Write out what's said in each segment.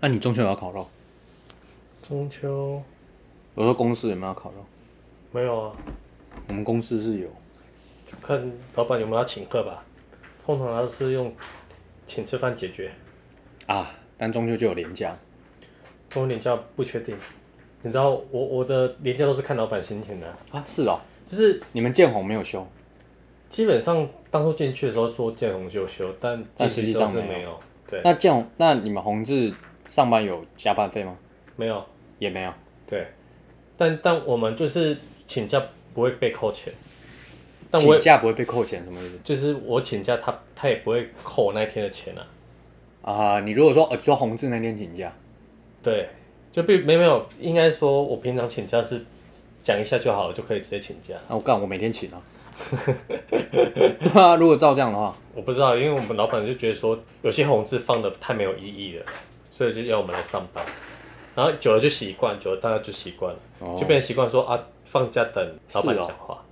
那、你中秋有要烤肉？中秋我说公司有没有要烤肉？没有啊，我们公司是有，就看老板有没有要请客吧。通常都是用请吃饭解决，啊，但中秋就有廉价。中秋年假不确定。你知道我我的年假都是看老板心情的，啊，是哦，就是你们建红没有休，基本上当初进去的时候说见红就休，但但进实去际之上后是没没有，对，那建红那你们红字上班有加班费吗？没有，也没有，对。但但我们就是请假不会被扣钱，但我请也假不会被扣钱什么意思？就是我请假他他也不会扣我那一天的钱啊，啊，你如果说呃，说红字那天请假，对，就并没没有，应该说我平常请假是讲一下就好了，就可以直接请假。那、我干，我每天请啊。对啊，如果照这样的话，我不知道，因为我们老板就觉得说有些红字放的太没有意义了，所以就要我们来上班。然后久了就习惯，久了大家就习惯了，哦就变成习惯说啊，放假等老板是哦讲话。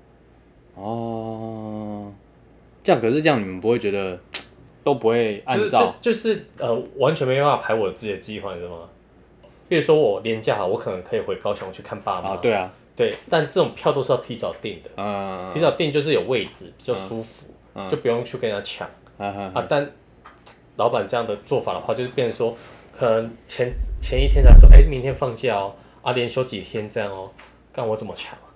哦，这样可是这样，你们不会觉得都不会按就是就照就是呃，完全没办法排我自己的计划，你知道吗？比如说我年假好，我可能可以回高雄去看爸妈，啊？对啊，对，但这种票都是要提早订的，嗯提，早订就是有位置，比较舒服，嗯就不用去跟人家抢。嗯嗯啊，但老板这样的做法的话，就是变成说，可能前前一天才说，哎、明天放假哦，啊，连休几天这样哦，干我怎么抢啊？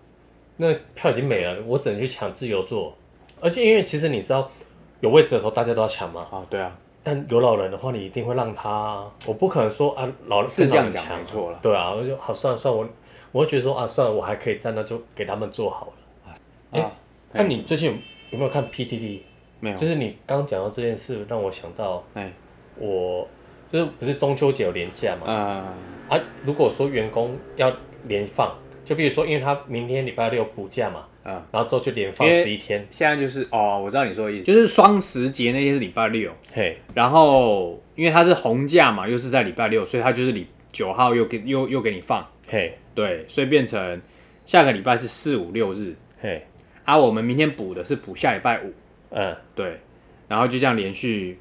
那票已经没了，我只能去抢自由座。而且因为其实你知道，有位置的时候大家都要抢嘛，啊，对啊，但有老人的话，你一定会让他啊、我不可能说啊，老人是这样讲跟老人抢啊没错啦对啊，我就好算了算了我，我会觉得说啊，算了，我还可以站，那就给他们做好了。哎啊，那、你最近有有没有看 PTT？没有就，是你刚讲到这件事，让我想到哎，我就是不是中秋节有连假嘛？嗯，啊，如果说员工要连放，就比如说，因为他明天礼拜六补假嘛，嗯，然后之后就连放因为十一天，现在就是哦，我知道你说的意思，就是双十节那天是礼拜六，嘿，然后因为它是红假嘛，又是在礼拜六，所以它就是礼九号又给又又给你放，嘿，对，所以变成下个礼拜是四五六日，嘿，啊，我们明天补的是补下礼拜五，嗯，对，然后就这样连续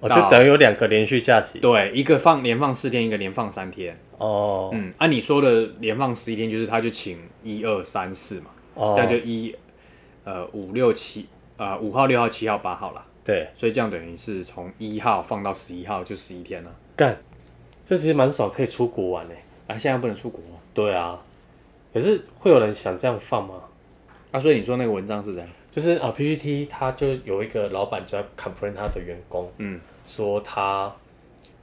我到就等于有两个连续假期对一个放连放四天，一个连放三天，哦，嗯，按、你说的连放十一天，就是他就请一二三四嘛，哦，这样就一呃五六七呃五号六号七号八号啦，对，所以这样等于是从一号放到十一号就十一天了。干，这其实蛮爽，可以出国玩呢。欸啊，现在不能出国了。对啊，可是会有人想这样放吗？啊，所以你说那个文章是怎样？就是啊，PPT 他就有一个老板就在 complain 他的员工，嗯说他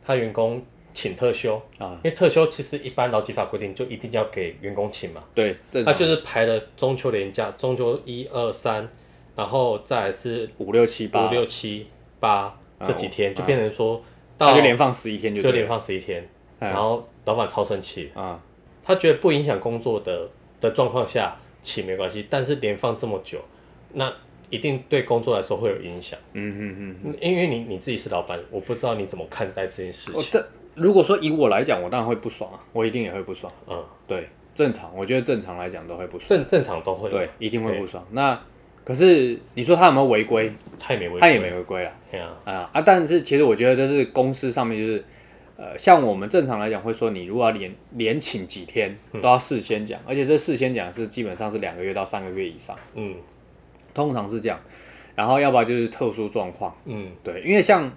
他员工请特休，啊，因为特休其实一般劳基法规定就一定要给员工请嘛，对，正他常就是排了中秋连假，中秋一二三，然后再来是五六七八，五六七八这几天，啊就变成说到那就连放十一天就就对连了。放十一天，哎然后老板超生气，啊，他觉得不影响工作的的状况下请没关系，但是连放这么久，那一定对工作来说会有影响，嗯嗯嗯，因为你你自己是老板，我不知道你怎么看待这件事我哦情，这如果说以我来讲，我当然会不爽啊，我一定也会不爽。嗯。对，正常，我觉得正常来讲都会不爽。正正常都会，对，，一定会不爽。那可是你说他有没有违规？他也没违规，他也没，违规啦。对啊，啊啊！但是其实我觉得这是公司上面就是，呃，像我们正常来讲会说，你如果要连连请几天，都要事先讲，而且这事先讲是基本上是两个月到三个月以上，嗯通常是这样。然后要不然就是特殊状况，嗯对，因为像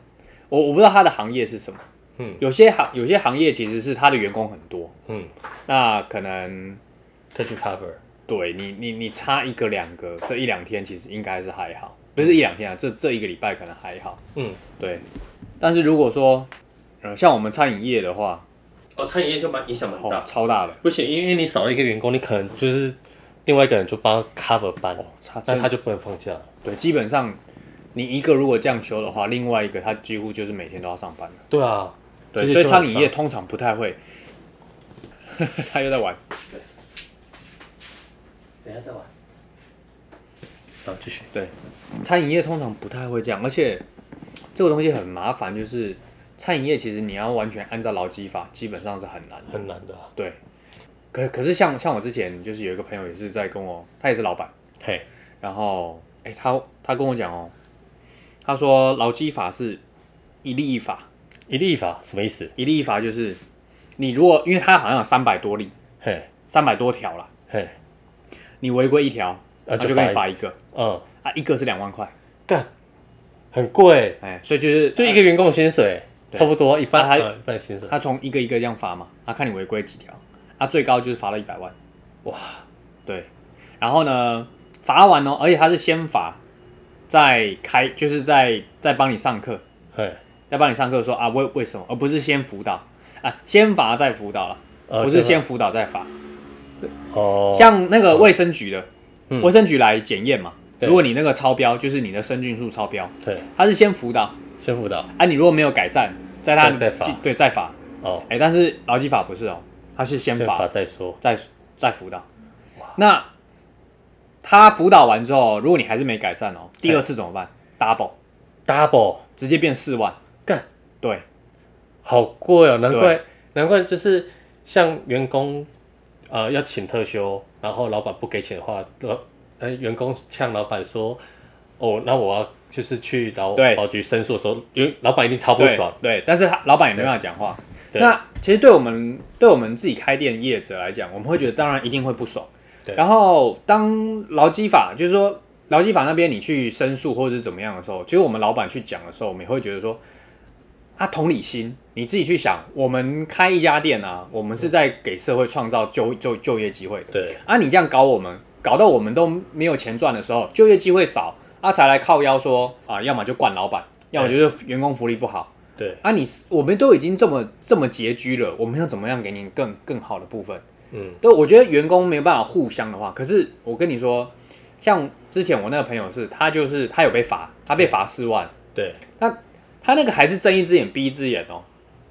我我不知道他的行业是什么，嗯，有些行有些行业其实是他的员工很多，嗯，那可能可以去 cover，对你你你差一个两个，这一两天其实应该是还好，不是一两天啊，这这一个礼拜可能还好。嗯，对，但是如果说，呃，像我们餐饮业的话，哦，餐饮业就蛮影响蛮哦，，超大的，不行，因为你少了一个员工，你可能就是另外一个人就帮他 cover 班，差那真他的就不能放假，对，基本上你一个如果这样休的话，另外一个他几乎就是每天都要上班了。对啊，对，就是所以就很餐饮业少通常不太会， 他又在玩。等一下再玩，好，继续，对，餐饮业通常不太会这样，而且这个东西很麻烦，就是餐饮业其实你要完全按照劳基法，基本上是很难的。很难的啊，对，可可是像像我之前就是有一个朋友也是在跟我，他也是老板，嘿，然后，哎、他他跟我讲哦，他说劳基法是一例一法，一立法什么意思？一例法就是你如果因为它好像有三百多例，嘿，三百多条啦，嘿，你违规一条，啊啊就就给你罚罚一一个嗯，啊，一个是两万块，很贵，哎，所以就是就一个个员工的薪水对差不多一半，啊还呃一半的薪水。他从一个一个这样罚嘛，啊，看你违规几条，啊，最高就是罚了一百万，哇，对，然后呢，罚完哦，而且他是先罚，再开，就是在在帮你上课，嘿，在帮你上课说啊为为什么，而不是先辅导啊，先罚再辅导了，呃不是先辅导再罚，哦，像那个卫生局的，嗯卫生局来检验嘛，对如果你那个超标，就是你的生菌数超标，对，他是先辅导先辅导啊，你如果没有改善，在他对再罚对再罚，哦，哎，但是劳基法不是哦，他是先先罚罚再说，再再辅导。那他辅导完之后，如果你还是没改善哦，第二次怎么办？double double 直接变四万，干，对好贵哦，难怪难怪就是像员工呃要请特休，然后老板不给钱的话，老呃员工呛老板说，哦，那我要就是去劳对保局申诉的时候，因为老板一定超不对爽，对，但是他老板也没办法讲话。对那其实对我们对我们自己开店业者来讲，我们会觉得当然一定会不爽。对然后当劳基法就是说劳基法那边你去申诉或者是怎么样的时候，其实我们老板去讲的时候，我们也会觉得说，他同理心，你自己去想，我们开一家店啊，我们是在给社会创造就就就业机会的。对啊，你这样搞我们，搞到我们都没有钱赚的时候，就业机会少，啊才来靠腰说啊，要么就惯老板，要么就是员工福利不好。对，啊你，我们都已经这么这么拮据了，我们要怎么样给你更更好的部分？嗯，对，我觉得员工没有办法互相的话，可是我跟你说，像之前我那个朋友是，他就是他有被罚，他被罚四万，对，他那个还是睁一只眼闭一只眼哦，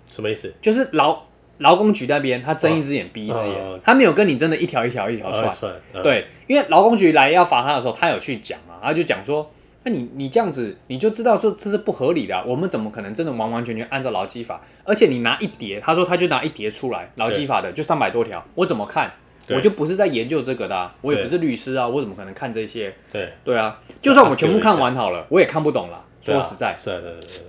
什么意思？就是劳劳工局那边他睁一只眼闭一只眼，嗯嗯嗯他没有跟你真的一条一条一条啊算，算，嗯，对，因为劳工局来要罚他的时候，他有去讲嘛，他就讲说，那你你这样子，你就知道这这是不合理的啊、我们怎么可能真的完完全全按照劳基法？而且你拿一叠，他说他就拿一叠出来，劳基法的就三百多条，我怎么看？对我就不是在研究这个的啊、我也对不是律师啊，我怎么可能看这些？对，对啊，就算我全部看看完好了，我也看不懂了。对啊说实在，是啊，对对对对，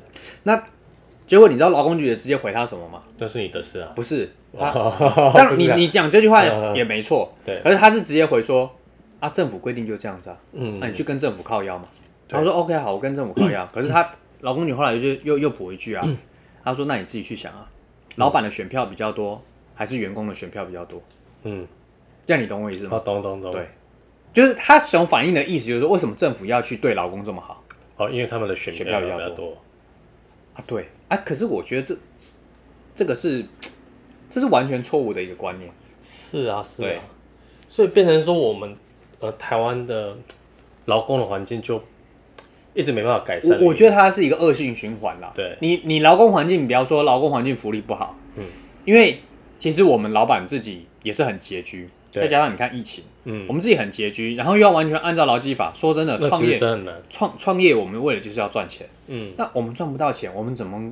结果你知道劳工局的直接回他什么吗？那是你的事啊。不是， 他哦当然不是你啊你讲这句话嗯嗯嗯也没错，对可是他是直接回说啊，政府规定就这样子啊。那、嗯你去跟政府靠腰嘛？对他说 OK 好，我跟政府靠 腰。可是他老公女后来就又又补一句嗯啊，他说那你自己去想啊，老板的选票比较多，还是员工的选票比较多？嗯，这样你懂我意思啊，吗？懂懂懂，对就是他想反映的意思，就是说为什么政府要去对劳工这么好哦，因为他们的选选票票比比较较多多，啊？对啊，可是我觉得这这个是这是完全错误的一个观念。是啊，是对啊，所以变成说我们呃台湾的劳工的环境就一直没办法改善。我我觉得它是一个恶性循环啦。对你，你劳工环境，你不要说劳工环境福利不好，嗯，因为其实我们老板自己也是很拮据，对再加上你看疫情，嗯我，们自己很拮据，然后又要完全按照劳基法，说真的，那创其实业真的很难。创创业，我们为了就是要赚钱，嗯，那我们赚不到钱，我们怎么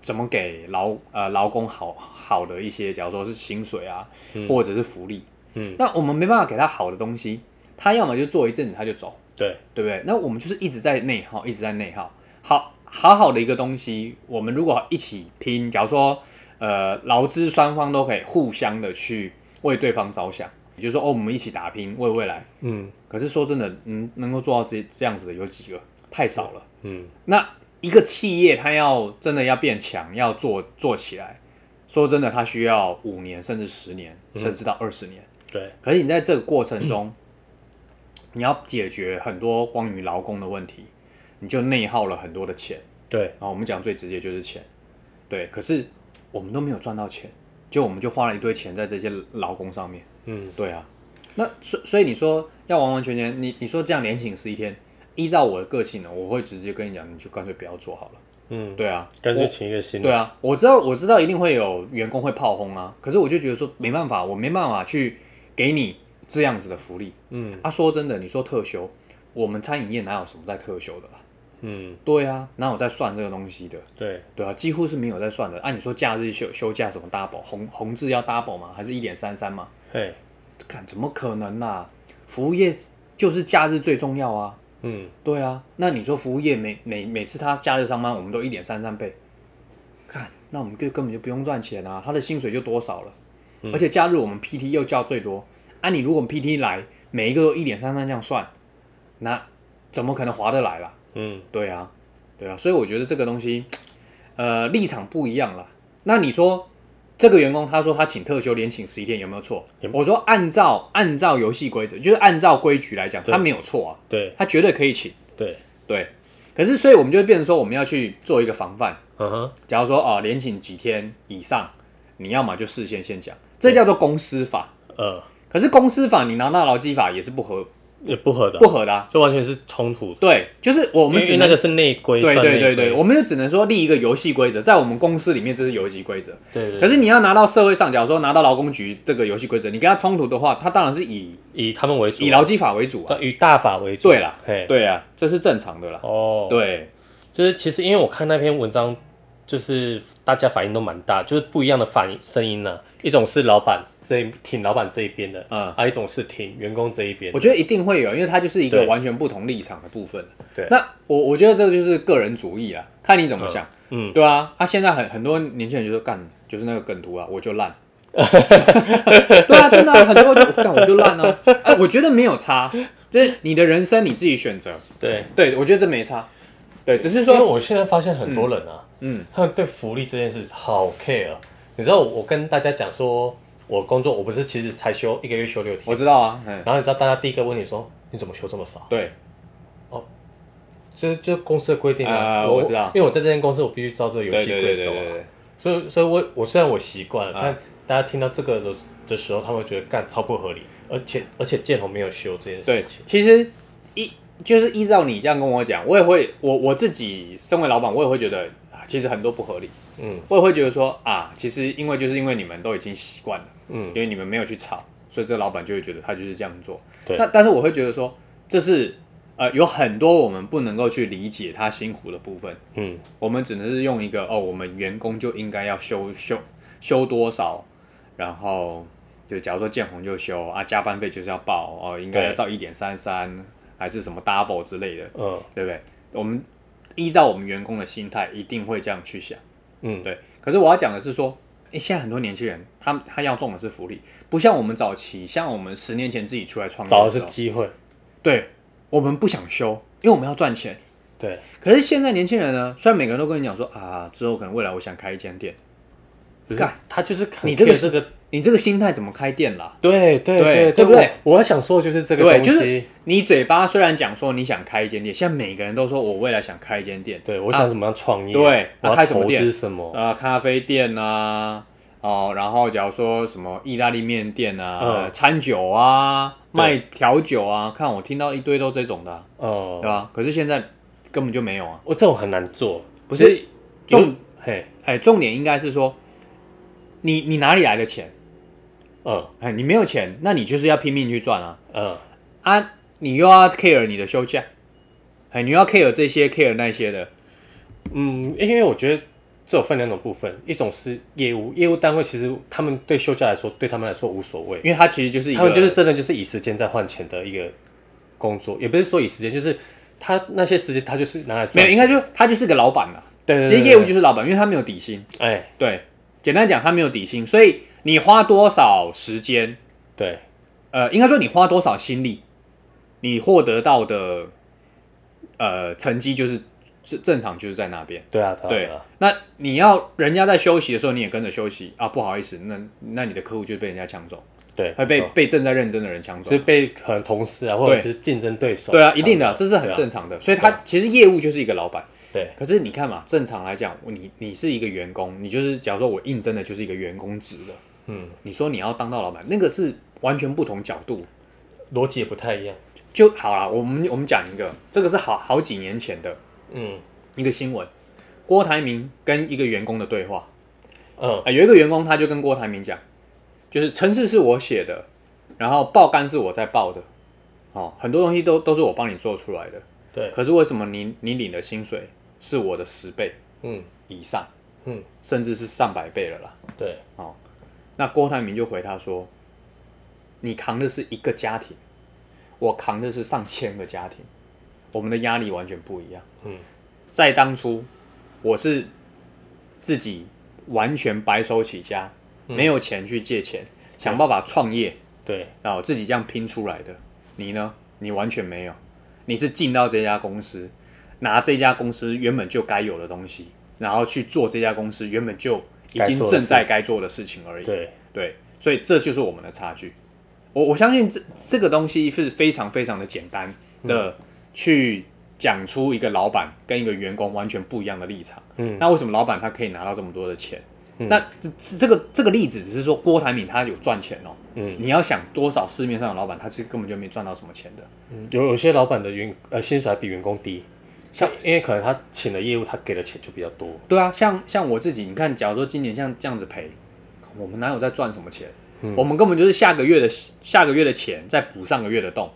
怎么给劳呃劳工好好的一些，假如说是薪水啊，嗯或者是福利，嗯那我们没办法给他好的东西，他要么就做一阵子他就走，对，对不对？那我们就是一直在内耗，一直在内耗。好好好的一个东西，我们如果一起拼，假如说呃劳资双方都可以互相的去为对方着想，也就是说哦，我们一起打拼，为未来。嗯可是说真的，嗯，能够做到这这样子的有几个？太少了。嗯，那一个企业它要真的要变强，要做做起来，说真的，它需要五年甚至十年，甚至到二十年。对，可是你在这个过程中， 你要解决很多关于劳工的问题，你就内耗了很多的钱。哦对，然后我们讲最直接就是钱，对。可是我们都没有赚到钱，就我们就花了一堆钱在这些劳工上面。嗯，对啊，那所所以你说要完完全全，你你说这样连请十一天，依照我的个性呢，我会直接跟你讲，你就干脆不要做好了。嗯，对啊，干脆我请一个新对的。啊，我知道我知道一定会有员工会炮轰啊，可是我就觉得说没办法，我没办法去给你这样子的福利。嗯啊，说真的，你说特休，我们餐饮业哪有什么在特休的啦？嗯，对啊，哪有在算这个东西的？对，对啊，几乎是没有在算的。啊按、你说假日休休假什么 double 红红字要 double 吗？还是一点三三吗？嘿，看怎么可能啦、服务业就是假日最重要啊。嗯，对啊，那你说服务业每每每次他假日上班，我们都一点三三倍，看那我们就根本就不用赚钱啊，他的薪水就多少了，而且假日我们 PT 又叫最多，啊，你如果 PT 来每一个都一点三三这样算，那怎么可能划得来啦？嗯，对啊，对啊，所以我觉得这个东西，呃，立场不一样啦。那你说这个员工他说他请特休连请十一天有没有错？也我说按照按照游戏规则，就是按照规矩来讲，对他没有错啊，对他绝对可以请。对，对，可是所以我们就会变成说我们要去做一个防范。嗯哼，假如说哦、连请几天以上，你要么就事先先讲，这叫做公司法。呃，可是公司法你拿到劳基法也是不合也不合的啊，不合的、啊，这完全是冲突的。对，就是我我们只那能个是内规，对算对内对规对，我们就只能说立一个游戏规则，在我们公司里面这是游戏规则。对对。可是你要拿到社会上，假如说拿到劳工局这个游戏规则，你跟他冲突的话，他当然是以以他们为主以，劳基法为主啊。呃以大法为主。对啦嘿，对啊，这是正常的啦。哦，对，就是其实因为我看那篇文章，就是大家反应都蛮大，就是不一样的反应声音呢、啊一种是老板这一挺老板这一边的，嗯啊，一种是挺员工这一边我。觉得一定会有，因为它就是一个对完全不同立场的部分。对那我我觉得这个就是个人主义啊，看你怎么想。嗯，对啊，啊，现在很很多年轻人就说干，就是那个梗图啊，我就 烂。对啊，真的啊、很多就干我就烂啊，哎、我觉得没有差，就是你的人生你自己选择。对。对，我觉得这没差。对，只是因为说，我现在发现很多人啊，嗯他们对福利这件事好 care。你啊知道我跟大家讲说，我工作我不是其实才休一个月休六我天，知道啊，嗯，然后你知道大家第一个问你说你怎么休这么少？对，就是就是公司的规定啊，呃我知道因为我在这间公司我必须照这个游对戏对对规对则啊嘛，对所以所以我我虽然我习惯了，啊但大家听到这个的的时候，他们会觉得干超不合理，而且而且建宏没有修这件对对事情，，其实依就是依照你这样跟我讲，我也会，我我自己身为老板，我也会觉得啊，其实很多不合理，嗯我也会觉得说啊，其实因为就是因为你们都已经习惯了。嗯因，为你们没有去吵，所以这个老板就会觉得他就是这样做。对那但是我会觉得说，这是呃有很多我们不能够去理解他辛苦的部分，嗯我们只能是用一个哦，我们员工就应该要休休休多少，然后就假如说建红就休啊，加班费就是要报哦，应该要对照一点三三还是什么 double 之类的，嗯对不对？我们依照我们员工的心态，一定会这样去想。嗯，对，可是我要讲的是说，诶，现在很多年轻人，他们他要中的是福利，不像我们早期，像我们十年前自己出来创业找的时是候机会，对，我们不想休，因为我们要赚钱。对，可是现在年轻人呢，虽然每个人都跟你讲说啊，之后可能未来我想开一间店，不是干他就是你这个是这个，你这个心态怎么开店啦？对对对对对不对？我我要想说的就是这个对东就是西，你嘴巴虽然讲说你想开一间店，现在每个人都说我未来想开一间店，对我想怎么样创业，啊对我啊要开什么投店资什么，呃，咖啡店啊，哦，然后假如说什么意大利面店啊、嗯餐酒啊、对卖调酒啊，看我听到一堆都这种的啊、对哦，吧？可是现在根本就没有啊。我这种很难做，不是所以重嘿，哎，重点应该是说，你你哪里来的钱？嗯哎，你没有钱，那你就是要拼命去赚啊嗯，啊！你又要 care 你的休假，哎，你又要 care 这些 care 那些的，嗯，因为我觉得这有分两种部分，一种是业务，业务单位其实他们对休假来说，对他们来说无所谓，因为它其实就是一个他们就是真的就是以时间在换钱的一个工作，也不是说以时间，就是他那些时间他就是拿来没赚有，钱，应该就他就是个老板了。啊对对对其实对业务就是老板，因为他没有底薪。哎对，简单讲，他没有底薪，所以你花多少时间，对呃，应该说你花多少心力，你获得到的呃成绩就是正正常就是在那边。对啊对啊对啊，那你要人家在休息的时候，你也跟着休息啊，不好意思，那那你的客户就被人家抢走，对，啊会呃被没错被正在认真的人抢走就。是被可能同事啊或者是竞争对手，对啊，一定的，这这是很正啊常的。所以他其实业务就是一个老板。对可是你看嘛，正常来讲，你你是一个员工，你就是假如说我应征的就是一个员工职的，嗯你说你要当到老板，那个是完全不同角度。逻辑也不太一样，就好啦，我们我们讲一个，这个是好好几年前的嗯一个新闻，郭台铭跟一个员工的对话嗯啊、有一个员工他就跟郭台铭讲，就是程式是我写的，然后报刊是我在报的，哦，很多东西都都是我帮你做出来的，对可是为什么你你领的薪水是我的十倍嗯以上，嗯甚至是上百倍了啦？对那郭台铭就回他说：“你扛的是一个家庭，我扛的是上千个家庭，我们的压力完全不一样。嗯在当初，我是自己完全白手起家，嗯没有钱去借钱，想办法创业，对，然哦后自己这样拼出来的。你呢？你完全没有，你是进到这家公司，拿这家公司原本就该有的东西，然后去做这家公司原本就已该经做的正事在该做的事情而已。对，对，所以这就是我们的差距。我我相信这这个东西是非常非常的简单的嗯去讲出一个老板跟一个员工完全不一样的立场。嗯，那为什么老板他可以拿到这么多的钱？嗯那这这个这个例子只是说郭台铭他有赚钱哦，嗯，你要想多少市面上的老板他是根本就没赚到什么钱的。有有些老板的员呃薪水还比员工低，像因为可能他请的业务，他给的钱就比较多，对啊，像像我自己，你看，假如说今年像这样子赔，我们哪有在赚什么钱？嗯我们根本就是下个月的下个月的钱再补上个月的洞，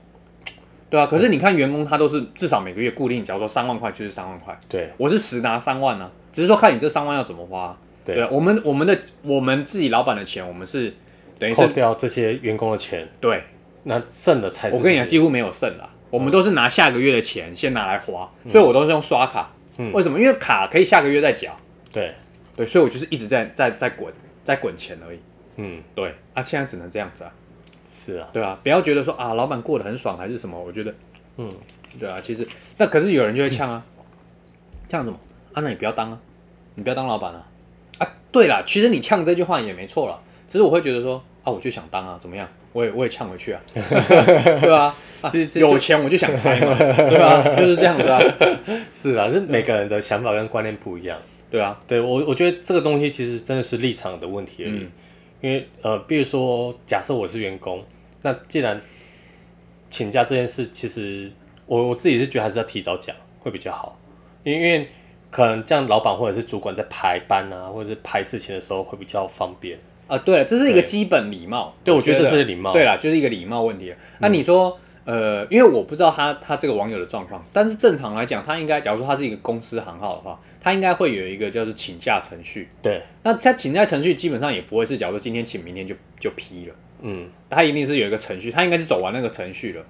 对啊。可是你看员工他都是至少每个月固定，假如说三万块就是三万块，对我是实拿三万呢、只是说看你这三万要怎么花。对啊我们我们的我们自己老板的钱，我们是等于扣是掉这些员工的钱，对，那剩的才是嗯我跟你讲，自己几乎没有剩啦。我们都是拿下个月的钱先拿来花，所以我都是用刷卡。嗯为什么？因为卡可以下个月再缴。对，对，所以我就是一直在在在滚，在滚钱而已。嗯，对啊，现在只能这样子啊，是啊，对啊，不要觉得说啊，老板过得很爽还是什么，我觉得，嗯，对啊，其实那可是有人就会呛啊，呛什么啊？那你不要当啊，你不要当老板啊啊！对啦，其实你呛这句话也没错啦，只是我会觉得说啊，我就想当啊，怎么样？我也我也呛回 去啊，对啊，啊这这就有钱我就想开嘛，对啊，就是这样子啊，是啊，是每个人的想法跟观念不一样。对啊，对我，我觉得这个东西其实真的是立场的问题而已。嗯因为呃，比如说，假设我是员工，那既然请假这件事，其实我我自己是觉得还是要提早讲会比较好，因为因为可能这样老板或者是主管在排班啊，或者是排事情的时候会比较方便。啊，对了，这是一个对基本礼貌。对我觉得这是礼貌嗯对啦，就是一个礼貌问题了。那你说，呃，因为我不知道他他这个网友的状况，但是正常来讲，他应该，假如说他是一个公司行号的话，他应该会有一个叫做请假程序。对，那他请假程序基本上也不会是，假如说今天请，明天就就批了，嗯，他一定是有一个程序，他应该是走完那个程序了，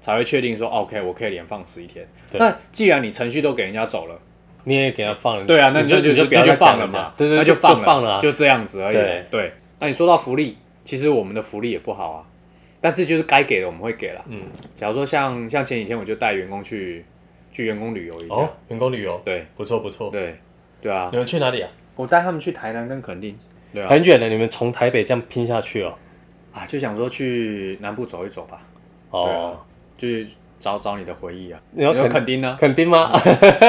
才会确定说哦 OK，我可以连放十一天。对那既然你程序都给人家走了，你也给他放了，对啊，那你就就你就不要那就再放讲了这嘛样，对对，那就放了，放了啊，就这样子而已。对对，那你说到福利，其实我们的福利也不好啊，但是就是该给的我们会给啦。嗯，假如说像像前几天我就带员工去去员工旅游一下，哦，员工旅游，对不错不错。对对啊你，们去哪里啊？我带他们去台南跟垦丁，对啊很远的，你们从台北这样拼下去哦。啊，就想说去南部走一走吧，对啊，哦就是找找你的回忆啊。你要你说垦垦丁呢？肯定吗？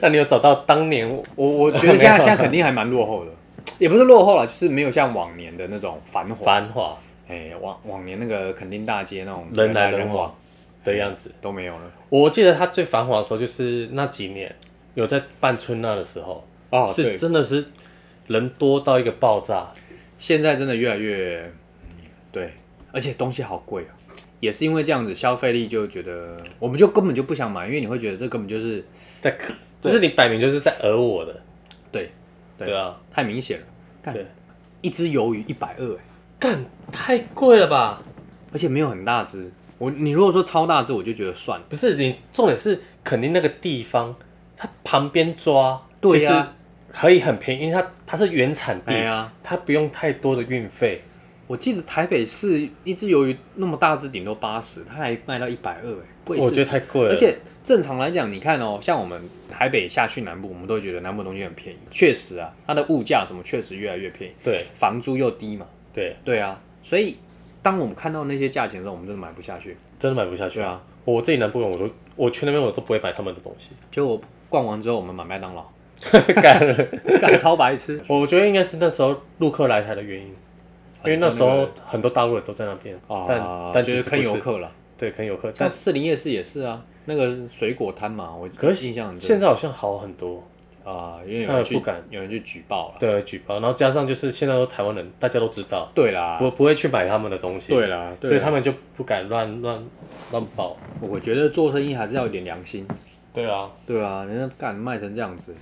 那你有找到当年我我我觉得现在现在垦丁还蛮落后的，也不是落后了，就是没有像往年的那种繁华。繁华哎，往往年那个垦丁大街那种人来人人往的样子？都没有了。我记得它最繁华的时候就是那几年有在办春娜的时候，哦，是对，真的是人多到一个爆炸。现在真的越来越，嗯对，而且东西好贵啊，也是因为这样子，消费力就觉得，我们就根本就不想买，因为你会觉得这根本就是在可就是你摆明就是在讹我的，对对对啊，太明显了。干对，一只鱿鱼一百二，欸干太贵了吧？而且没有很大只。我你如果说超大只，我就觉得算了。不是你重点是肯定那个地方，它旁边抓，对其实啊可以很便宜，因为它它是原产地哎，呀，它不用太多的运费。我记得台北市一只鱿鱼那么大只，顶多八十，它还卖到一百二，哎，贵我觉得40太贵了，而且正常来讲，你看哦，像我们台北下去南部，我们都会觉得南部东西很便宜。确实啊，它的物价什么确实越来越便宜，对房租又低嘛。对，对啊，所以当我们看到那些价钱的时候，我们真的买不下去。真的买不下去对！啊，我自己南部人，我都我去那边我都不会买他们的东西， 就我逛完之后，我们买麦当劳， 干了。干超白痴。我觉得应该是那时候陆客来台的原因，因为那时候很多大陆人都在那边，啊，但但就其是实坑不游客了。对坑游客，但但士林夜市也是啊，那个水果摊嘛，我可是印象很现深在好像好很多，啊，因为有他也人不去敢有人去举报了。对举报，然后加上就是现在都台湾人，大家都知道，对啦，不不会去买他们的东西，啊对啦，对啊所以啦他们就不敢乱乱乱报，我觉得做生意还是要有点良心。对啊，对啊，人家干卖成这样子，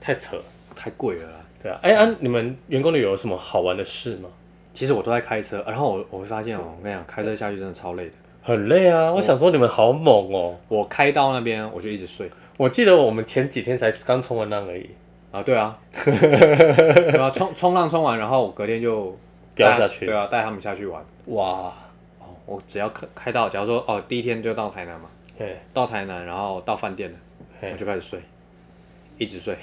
太扯了，太贵了啦。对啊，哎啊，你们员工旅游有什么好玩的事吗？其实我都在开车，然后我我会发现哦，我跟你讲，开车下去真的超累的。很累啊，我想说你们好猛哦、我开到那边我就一直睡，我记得我们前几天才刚冲完浪而已，啊，对啊， 对啊，冲冲浪冲完，然后我隔天就掉带下去对啊，带他们下去玩。哇，哦，我只要开开到，假如说哦，第一天就到台南嘛，嘿，到台南，然后到饭店了，嘿我就开始睡，一直 睡，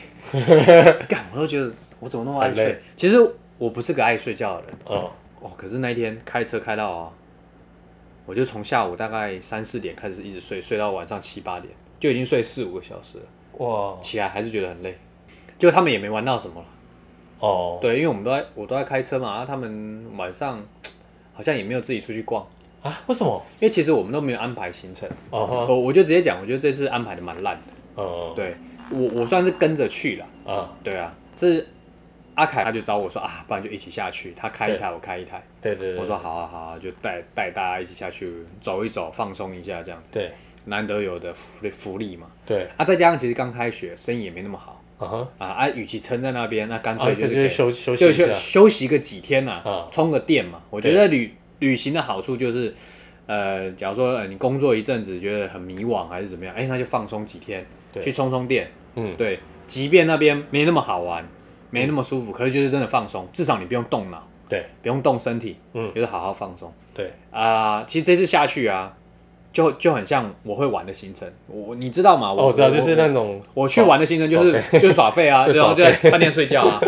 干，我都觉得我怎么那么爱很睡累？其实我不是个爱睡觉的人，哦，哦，可是那一天开车开到啊，我就从下午大概三四点开始一直睡，睡到晚上七八点，就已经睡四五个小时了，哇，起来还是觉得很累。就他们也没玩到什么了，哦，对，因为我们都在我都在开车嘛，然后啊他们晚上好像也没有自己出去逛，啊，为什么？因为其实我们都没有安排行程。哦我我就直接讲，我觉得这次安排的蛮烂的。哈，嗯，对我我算是跟着去了，啊，对啊，是阿凯他就找我说啊，不然就一起下去，他开一对台我开一台，对对对，我说好啊好啊，就带带大家一起下去走一走，放松一下这样，对难得有的福利福利嘛。对，啊，再加上其实刚开学，生意也没那么好啊哈，啊啊，与其撑在那边，那干啊，脆就是是给休休息就一下休，休息个几天呐、啊充个电嘛。我觉得旅旅行的好处就是，呃，假如说、呃、你工作一阵子觉得很迷惘还是怎么样，哎、那就放松几天，对去充充电。嗯，对，即便那边没那么好玩，没那么舒服，可是就是真的放松，至少你不用动脑，对不用动身体，嗯就是好好放松对，啊、其实这次下去啊。就就很像我会玩的行程，我你知道吗？哦，我知道，就是我那种我去玩的行程就是耍就是耍废啊， 就然后耍就废在饭店睡觉 啊。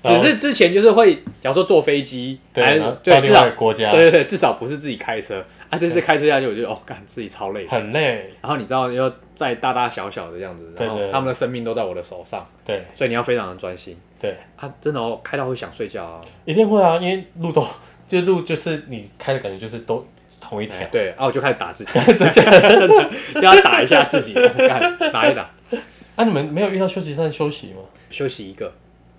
只是之前就是会，假如说坐飞机，还对，是然后到哎对，另至少外一个国家对，对对，至少不是自己开车啊。这次开车下去，我觉得哦，干自己超累的。很累，然后你知道要在大大小小的这样子，对然后对他们的生命都在我的手上，对所以你要非常的专心对，啊！真的哦，开到会想睡觉啊。一定会啊，因为路都 就路就是你开的感觉就是都同一条，对，啊，我就开始打 自己，真的真的就要打一下自己，干打一打，啊，你们没有遇到休息站休息吗？休息一个。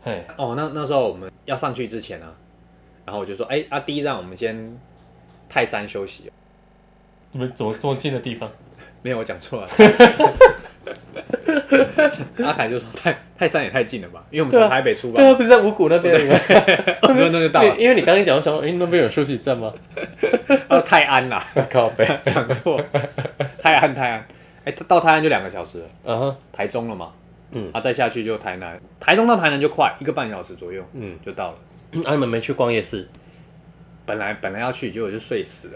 嘿，哦，那那时候我们要上去之前啊，然后我就说，哎、啊，第一站我们先泰山休息。你们走这么近的地方，没有，我讲错了。 阿凯就说泰泰山也太近了吧，因为我们对从啊台北出对发啊，，不是在五谷那边吗？ 哦二十分钟就到了。因为你刚刚讲，我想说，哎，那边有休息站吗？啊到泰安啦，靠 背，讲错，泰安泰安。哎、到泰安就两个小时了，啊哈，台中了嘛，嗯啊，再下去就台南，台中到台南就快，一个半小时左右嗯，就到了。 啊，你们没去逛夜市？本来本来要去，结果就睡死了。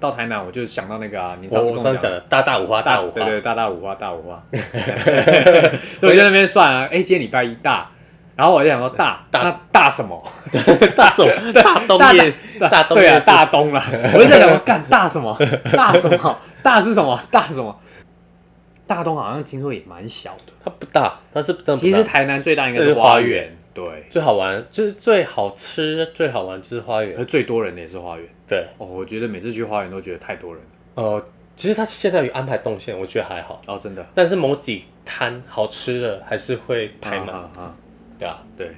到台南我就想到那个啊，你上我次跟我我上次讲讲的大大五花，大大五对花，对大大五花大五 花， 所以我就在那边算啊，哎、今天礼拜一大，然后我就想说大大那大什么？ 大 什么？大东夜，大东对啊夜市，大东啦，我就在想说干大什么大什么大是什么大什么？大东好像听说也蛮小的，它不大，它是真的不大其实台南最大应该这是花花园园，对，最好玩就是最好吃、最好玩就是花可是园。最多人的也是花园。对，哦，我觉得每次去花园都觉得太多人了。呃，其实它现在有安排动线，我觉得还好，哦，真的但是某几摊好吃的还是会排满，啊啊啊对啊，对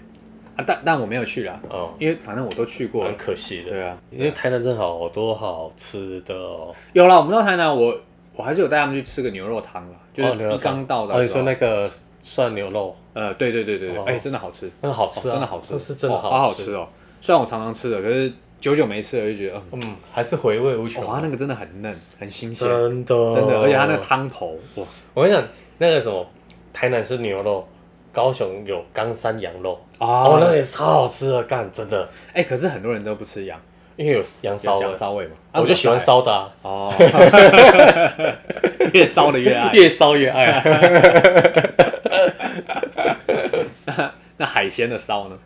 啊，但但我没有去啦，哦、因为反正我都去过蛮了。可惜的。对啊，因为台南真的好多好吃的哦，有啦，我们到台南，我我还是有带他们去吃个牛肉汤啦，就哦牛是肉一汤刚到哦，的你时候。说那个涮牛肉，呃，对对对对对，哦哎、真的好吃，那个好哦吃啊，真的好吃，那是真的哦好好吃，吃哦。虽然我常常吃的，可是久久没吃了，就觉得，嗯，还是回味无嗯，穷。哇、那个真的很嫩，很新鲜，哦真的真的，而且它那个汤头，哇，我跟你讲，那个什么，台南是牛肉，高雄有冈山羊肉，啊哦，那个也超好吃的，干真的，哎、可是很多人都不吃羊，因为有羊有骚羊味，骚味嘛，我就喜欢烧烧的、啊，哦， 越烧的越爱。 越烧越爱、啊。 那海鲜的烧呢？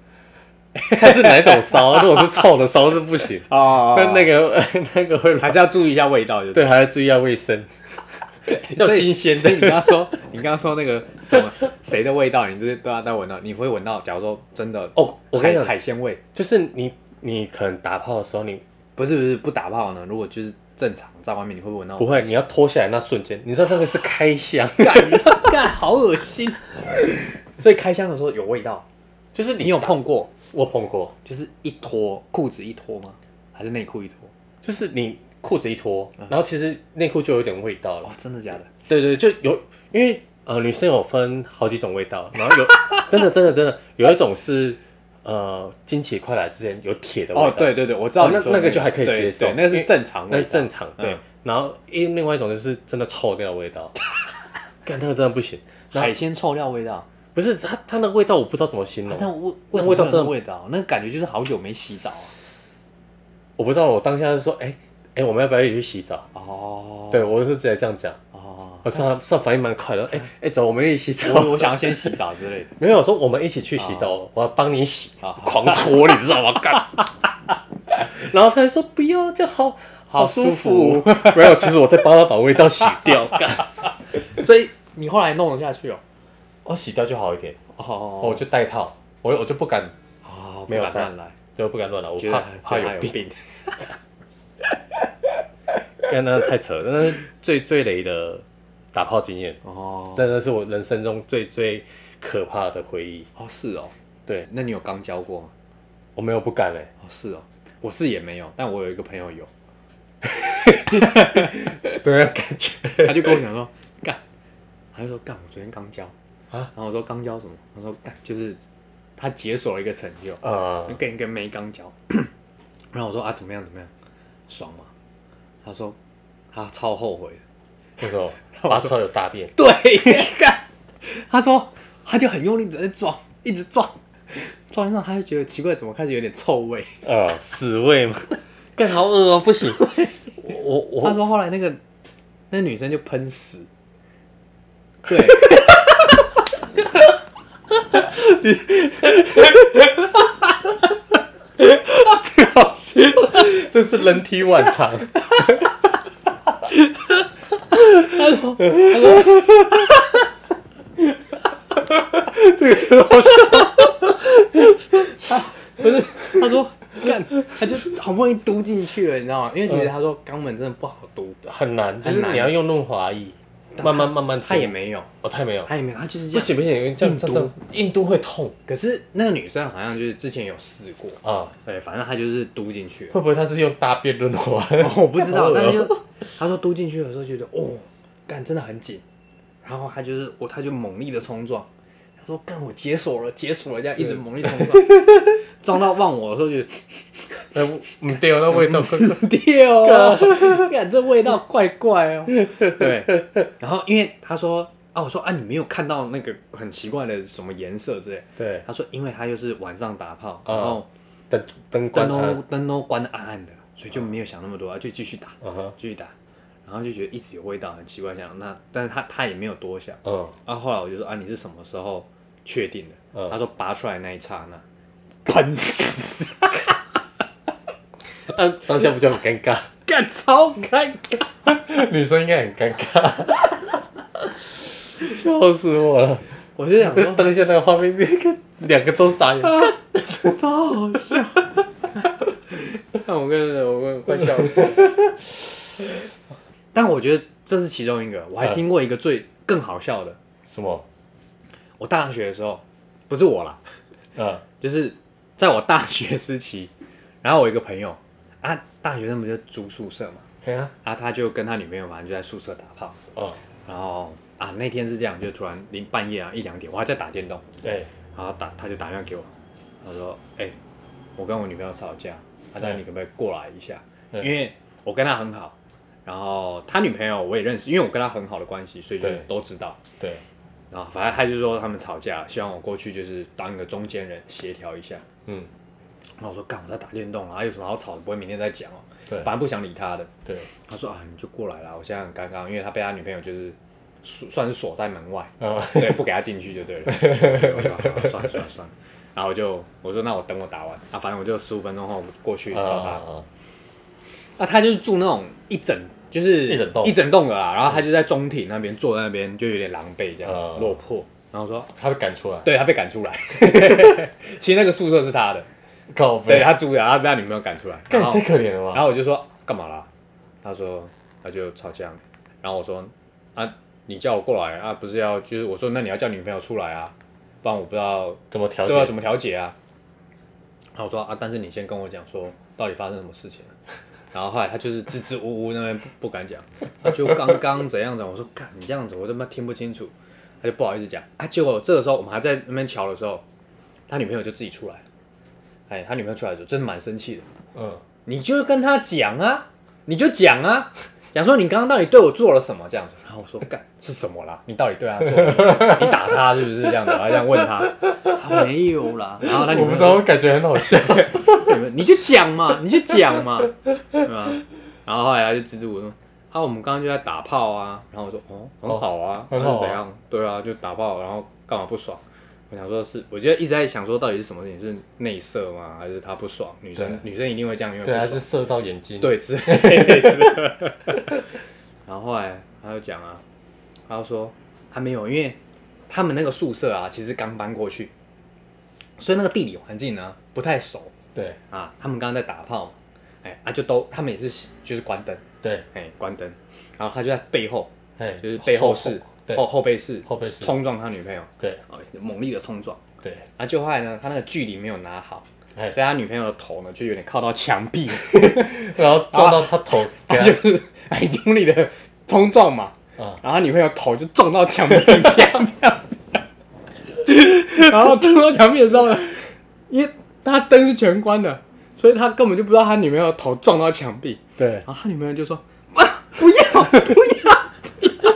看是哪一种烧，啊如果是臭的烧是 不行，哦那那个 那个会还是要注意一下味道，就对对，还要注意一下卫生， 要所以新鲜所以的。你刚刚说， 你刚刚说那个什么谁的味道，你这些都要都闻到，你会闻到。假如说真的，哦，我跟海你讲，海鲜味，就是你你可能打泡的时候，你不是不是不打泡呢？如果就是正常在外面，你会不会闻到？不会，你要脱下来那瞬间，你知道那个是开箱， 干，干，好恶心。所以开箱的时候有味道，就是你你有碰过？我碰过，就是一脱裤子一脱吗？还是内裤一脱？就是你裤子一脱，然后其实内裤就有点味道了嗯哦。，真的假的？对对，就有，因为呃，女生有分好几种味道，然后有真的真的真的有一种是呃，经期快来之前有铁的味道，哦，对对对，我知道哦你那说那个个就还可以对接受对那是正常味那道，正常对。嗯然后另 另外一种就是真的臭掉的味道，干那个真的不行。然后海鲜臭料味道，不是它它那个味道我不知道怎么形容，但味为那什么味会有那道真的个味道，啊那个感觉就是好久没洗澡啊。我不知道我当下是说，哎、哎、我们要不要一起去洗澡？哦，对我是直接这样讲，哦，我算算反应蛮快的，哎、哎、走，我们一起洗澡。我我想要先洗澡之类的。 没有我说我们一起去洗澡，我要帮你洗，哦好好 狂搓，你知道 吗？干。然后他就说不要，这样好好舒舒服。 没有，其实我在帮他把味道洗 掉，干，所以你后来弄得下去哦？我洗掉就好一点。哦我哦，就戴套，我我就不敢，哦，没有不敢乱来，就不敢乱来，我觉怕得怕觉得他有病。病。 干那太扯了，那是最最雷的打炮经验，哦，真的是我人生中最最可怕的回忆。哦是哦，对那你有刚教过吗？我没有不敢嘞、哦是哦，我是也没有，但我有一个朋友 有，对，感觉他就跟我讲说干，他就说干，我昨天刚教啊，然后我说刚教什么？他说干就是他解锁了一个成就，呃跟一个没刚教， 然后我说啊怎么样怎么样，爽吗？他说他超后悔的。那时候拔出来有大便，对， 干他说他就很用力的在撞，一直撞，撞一撞他就觉得奇怪，怎么开始有点臭味？呃，死味嘛，干好恶哦、不行，我他我说后来那个那女生就喷屎，对， 我，这是人体晚肠，这个真的好笑，他说干，他就好不容易嘟进去了，你知道吗？因为其实他说肛门真的不好嘟，很难，就很是难你要用润滑液，慢慢慢慢涂，他也没有，哦，他也没有，他也没有，他就是这样。不行不行，这样这硬样这样，硬度会痛可是那个女生好像就是之前有试过，啊。对，反正她就是嘟进去了。会不会他是用大便润滑？哦， 我不知好道，恶但是哦就她说嘟进去的时候觉得哦，干真的很紧，然后她就是我，她就猛力的冲撞，她说干我解锁了，解锁了，这样一直猛力冲撞，撞到忘我的时候就 那嗯，对哦，那味道怪怪。 음.掉啊！ 看这味道怪怪哦。对，然后因为他说啊，我说啊，你没有看到那个很奇怪的什么颜色之类。对，他说，因为他就是晚上打炮，嗯然后灯灯灯关它。都灯都哦关的暗暗的，所以就没有想那么多，就继续打，嗯哼，继续打，然后就觉得一直有味道，很奇怪，想那，但是他他也没有多想。嗯，啊，后来我就说啊，你是什么时候确定的？嗯他说拔出来那一刹那， 喷死，那当下不就很尴尬？干超尴尬。女生应该很尴尬。笑死我了！我就想说， 当下那个画面，那个两个都傻眼。超好笑。看我跟着我跟快笑死。但我觉得这是其中一个，我还听过一个最更好笑的。什么？我大学的时候，不是我啦，嗯就是在我大学时期，然后我一个朋友啊，大学生不就住宿舍嘛，哎呀，啊，他就跟他女朋友反正就在宿舍打炮，哦，然后啊那天是这样，就突然零半夜啊一两点，我还在打电动，哎，然后打他就打电话给我，他说：“哎、我跟我女朋友吵架，他说嗯你可不可以过来一下？嗯因为我跟他很好，然后他女朋友我也认识，因为我跟他很好的关系，所以就对都知道。对，然后反正他就说他们吵架，希望我过去就是当一个中间人协调一下。嗯，然后我说干，我在打电动啊，有什么好吵的？不会明天再讲哦。对反，正不想理他的。对，他说啊，你就过来啦，我现在很尴尬，因为他被他女朋友就是锁算是锁在门外。啊， 对，不给他进去就 对了。我就好好算了算了算了，然后我就我说那我等我打完啊，反正我就十五分钟后我过去找他。啊，啊，他就是住那种一整就是一整栋一整栋的啦，然后他就在中庭那边坐在那边就有点狼狈这样、嗯落魄。然后我说，他被赶出来，对他被赶 出来，其实那个宿舍是他的，告对白，他住的，然后他被他女朋友赶出来。 干然你后太可怜了吧？然后我就说干嘛啦？他说他就吵架。然后我说啊，你叫我过来啊，不是要就是我说那你要叫女朋友出来啊，不然我不知道怎么调对啊，节？怎么调解啊？然后我说啊，但是你先跟我讲说到底发生什么事情了。然后后来他就是支支吾吾那边不不敢讲，他就刚刚怎样怎样，我说干你这样子我他妈听不清楚，他就不好意思讲啊。结果这个时候我们还在那边瞧的时候，他女朋友就自己出来了，哎，他女朋友出来的时候真的蛮生气的，嗯，你就跟他讲啊，你就讲啊，讲说你刚刚到底对我做了什么这样子，然后我说干是什么啦？你到底对他做了什么？你打他是不是这样子？然后这样问他，啊、没有啦。然后那你我不知道，我感觉很好笑。你们你就讲嘛，你就讲嘛，对吧？然后后来他就支支吾吾说，啊，我们刚刚就在打炮啊。然后我说，哦，很好啊，那、很好是啊怎样？对啊，就打炮，然后干嘛不爽？我想说是，我就一直在想说到底是什么事情，是内射吗？还是他不爽？女生女生一定会这样，因为不对，他爽。是射到眼睛。，对之类的。 然后后来他就讲啊，他就说他没有，因为他们那个宿舍啊，其实刚搬过去，所以那个地理环境呢不太熟对，啊。他们刚刚在打炮嘛，哎啊就都他们也是就是关灯，对，哎关灯，然后他就在背后哎，就是背后室对后后背室后背室冲撞他女朋友，对，哦猛力的冲撞。对，啊，就后来呢，他那个距离没有拿好，哎所以他女朋友的头呢就有点靠到墙壁，然后撞到他头，他给就他 是很用力的冲撞嘛，啊然后他女朋友头就撞到墙壁，啪啪啪然后撞到墙壁的时候呢，因为他灯是全关的，所以他根本就不知道他女朋友的头撞到墙壁，对，然后他女朋友就说：“啊，不要，不要，不要！”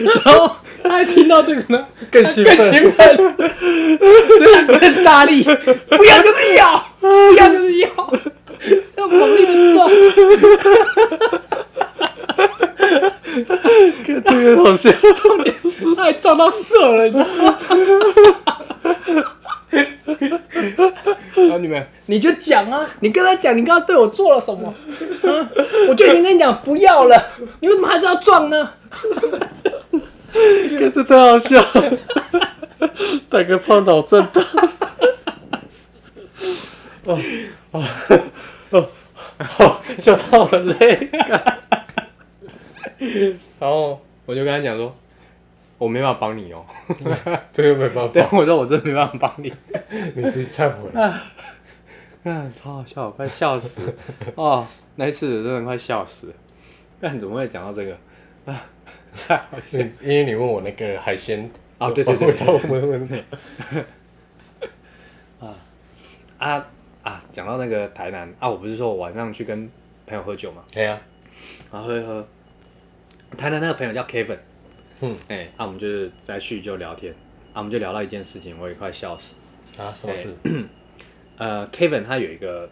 然后他还听到这个呢，更他兴更奋兴奋，所以他更大力，不要就是要，不要就是要，要猛力的撞。这个好笑。他还撞到射了，你知道吗？ 然后啊你们，你就讲啊，你跟他讲，你刚刚对我做了什么？ 嗯，我就已经跟你讲不要了，你为什么还是要撞 呢？这真的好笑，大哥胖脑震荡。哦哦哦，笑到很累。 然后我就跟他讲说，我没办法帮你哦， 这个没办对，，我说我真的没办法帮 你。你自己忏悔。嗯，超好笑，快笑死 了哦！那一次真的快笑死了。但怎么会讲到这个？ 啊，你因为你问我那个海鲜啊对对对对我问问 问啊啊！讲到那个台南啊，我不是说我晚上去跟朋友喝酒嘛，哎呀，然后喝一喝，台南那个朋友叫 Kevin，嗯，哎、啊，我们就是在叙旧聊天，啊，我们就聊到一件事情，我也快笑死。啊，什么事？呃，Kevin 他有一个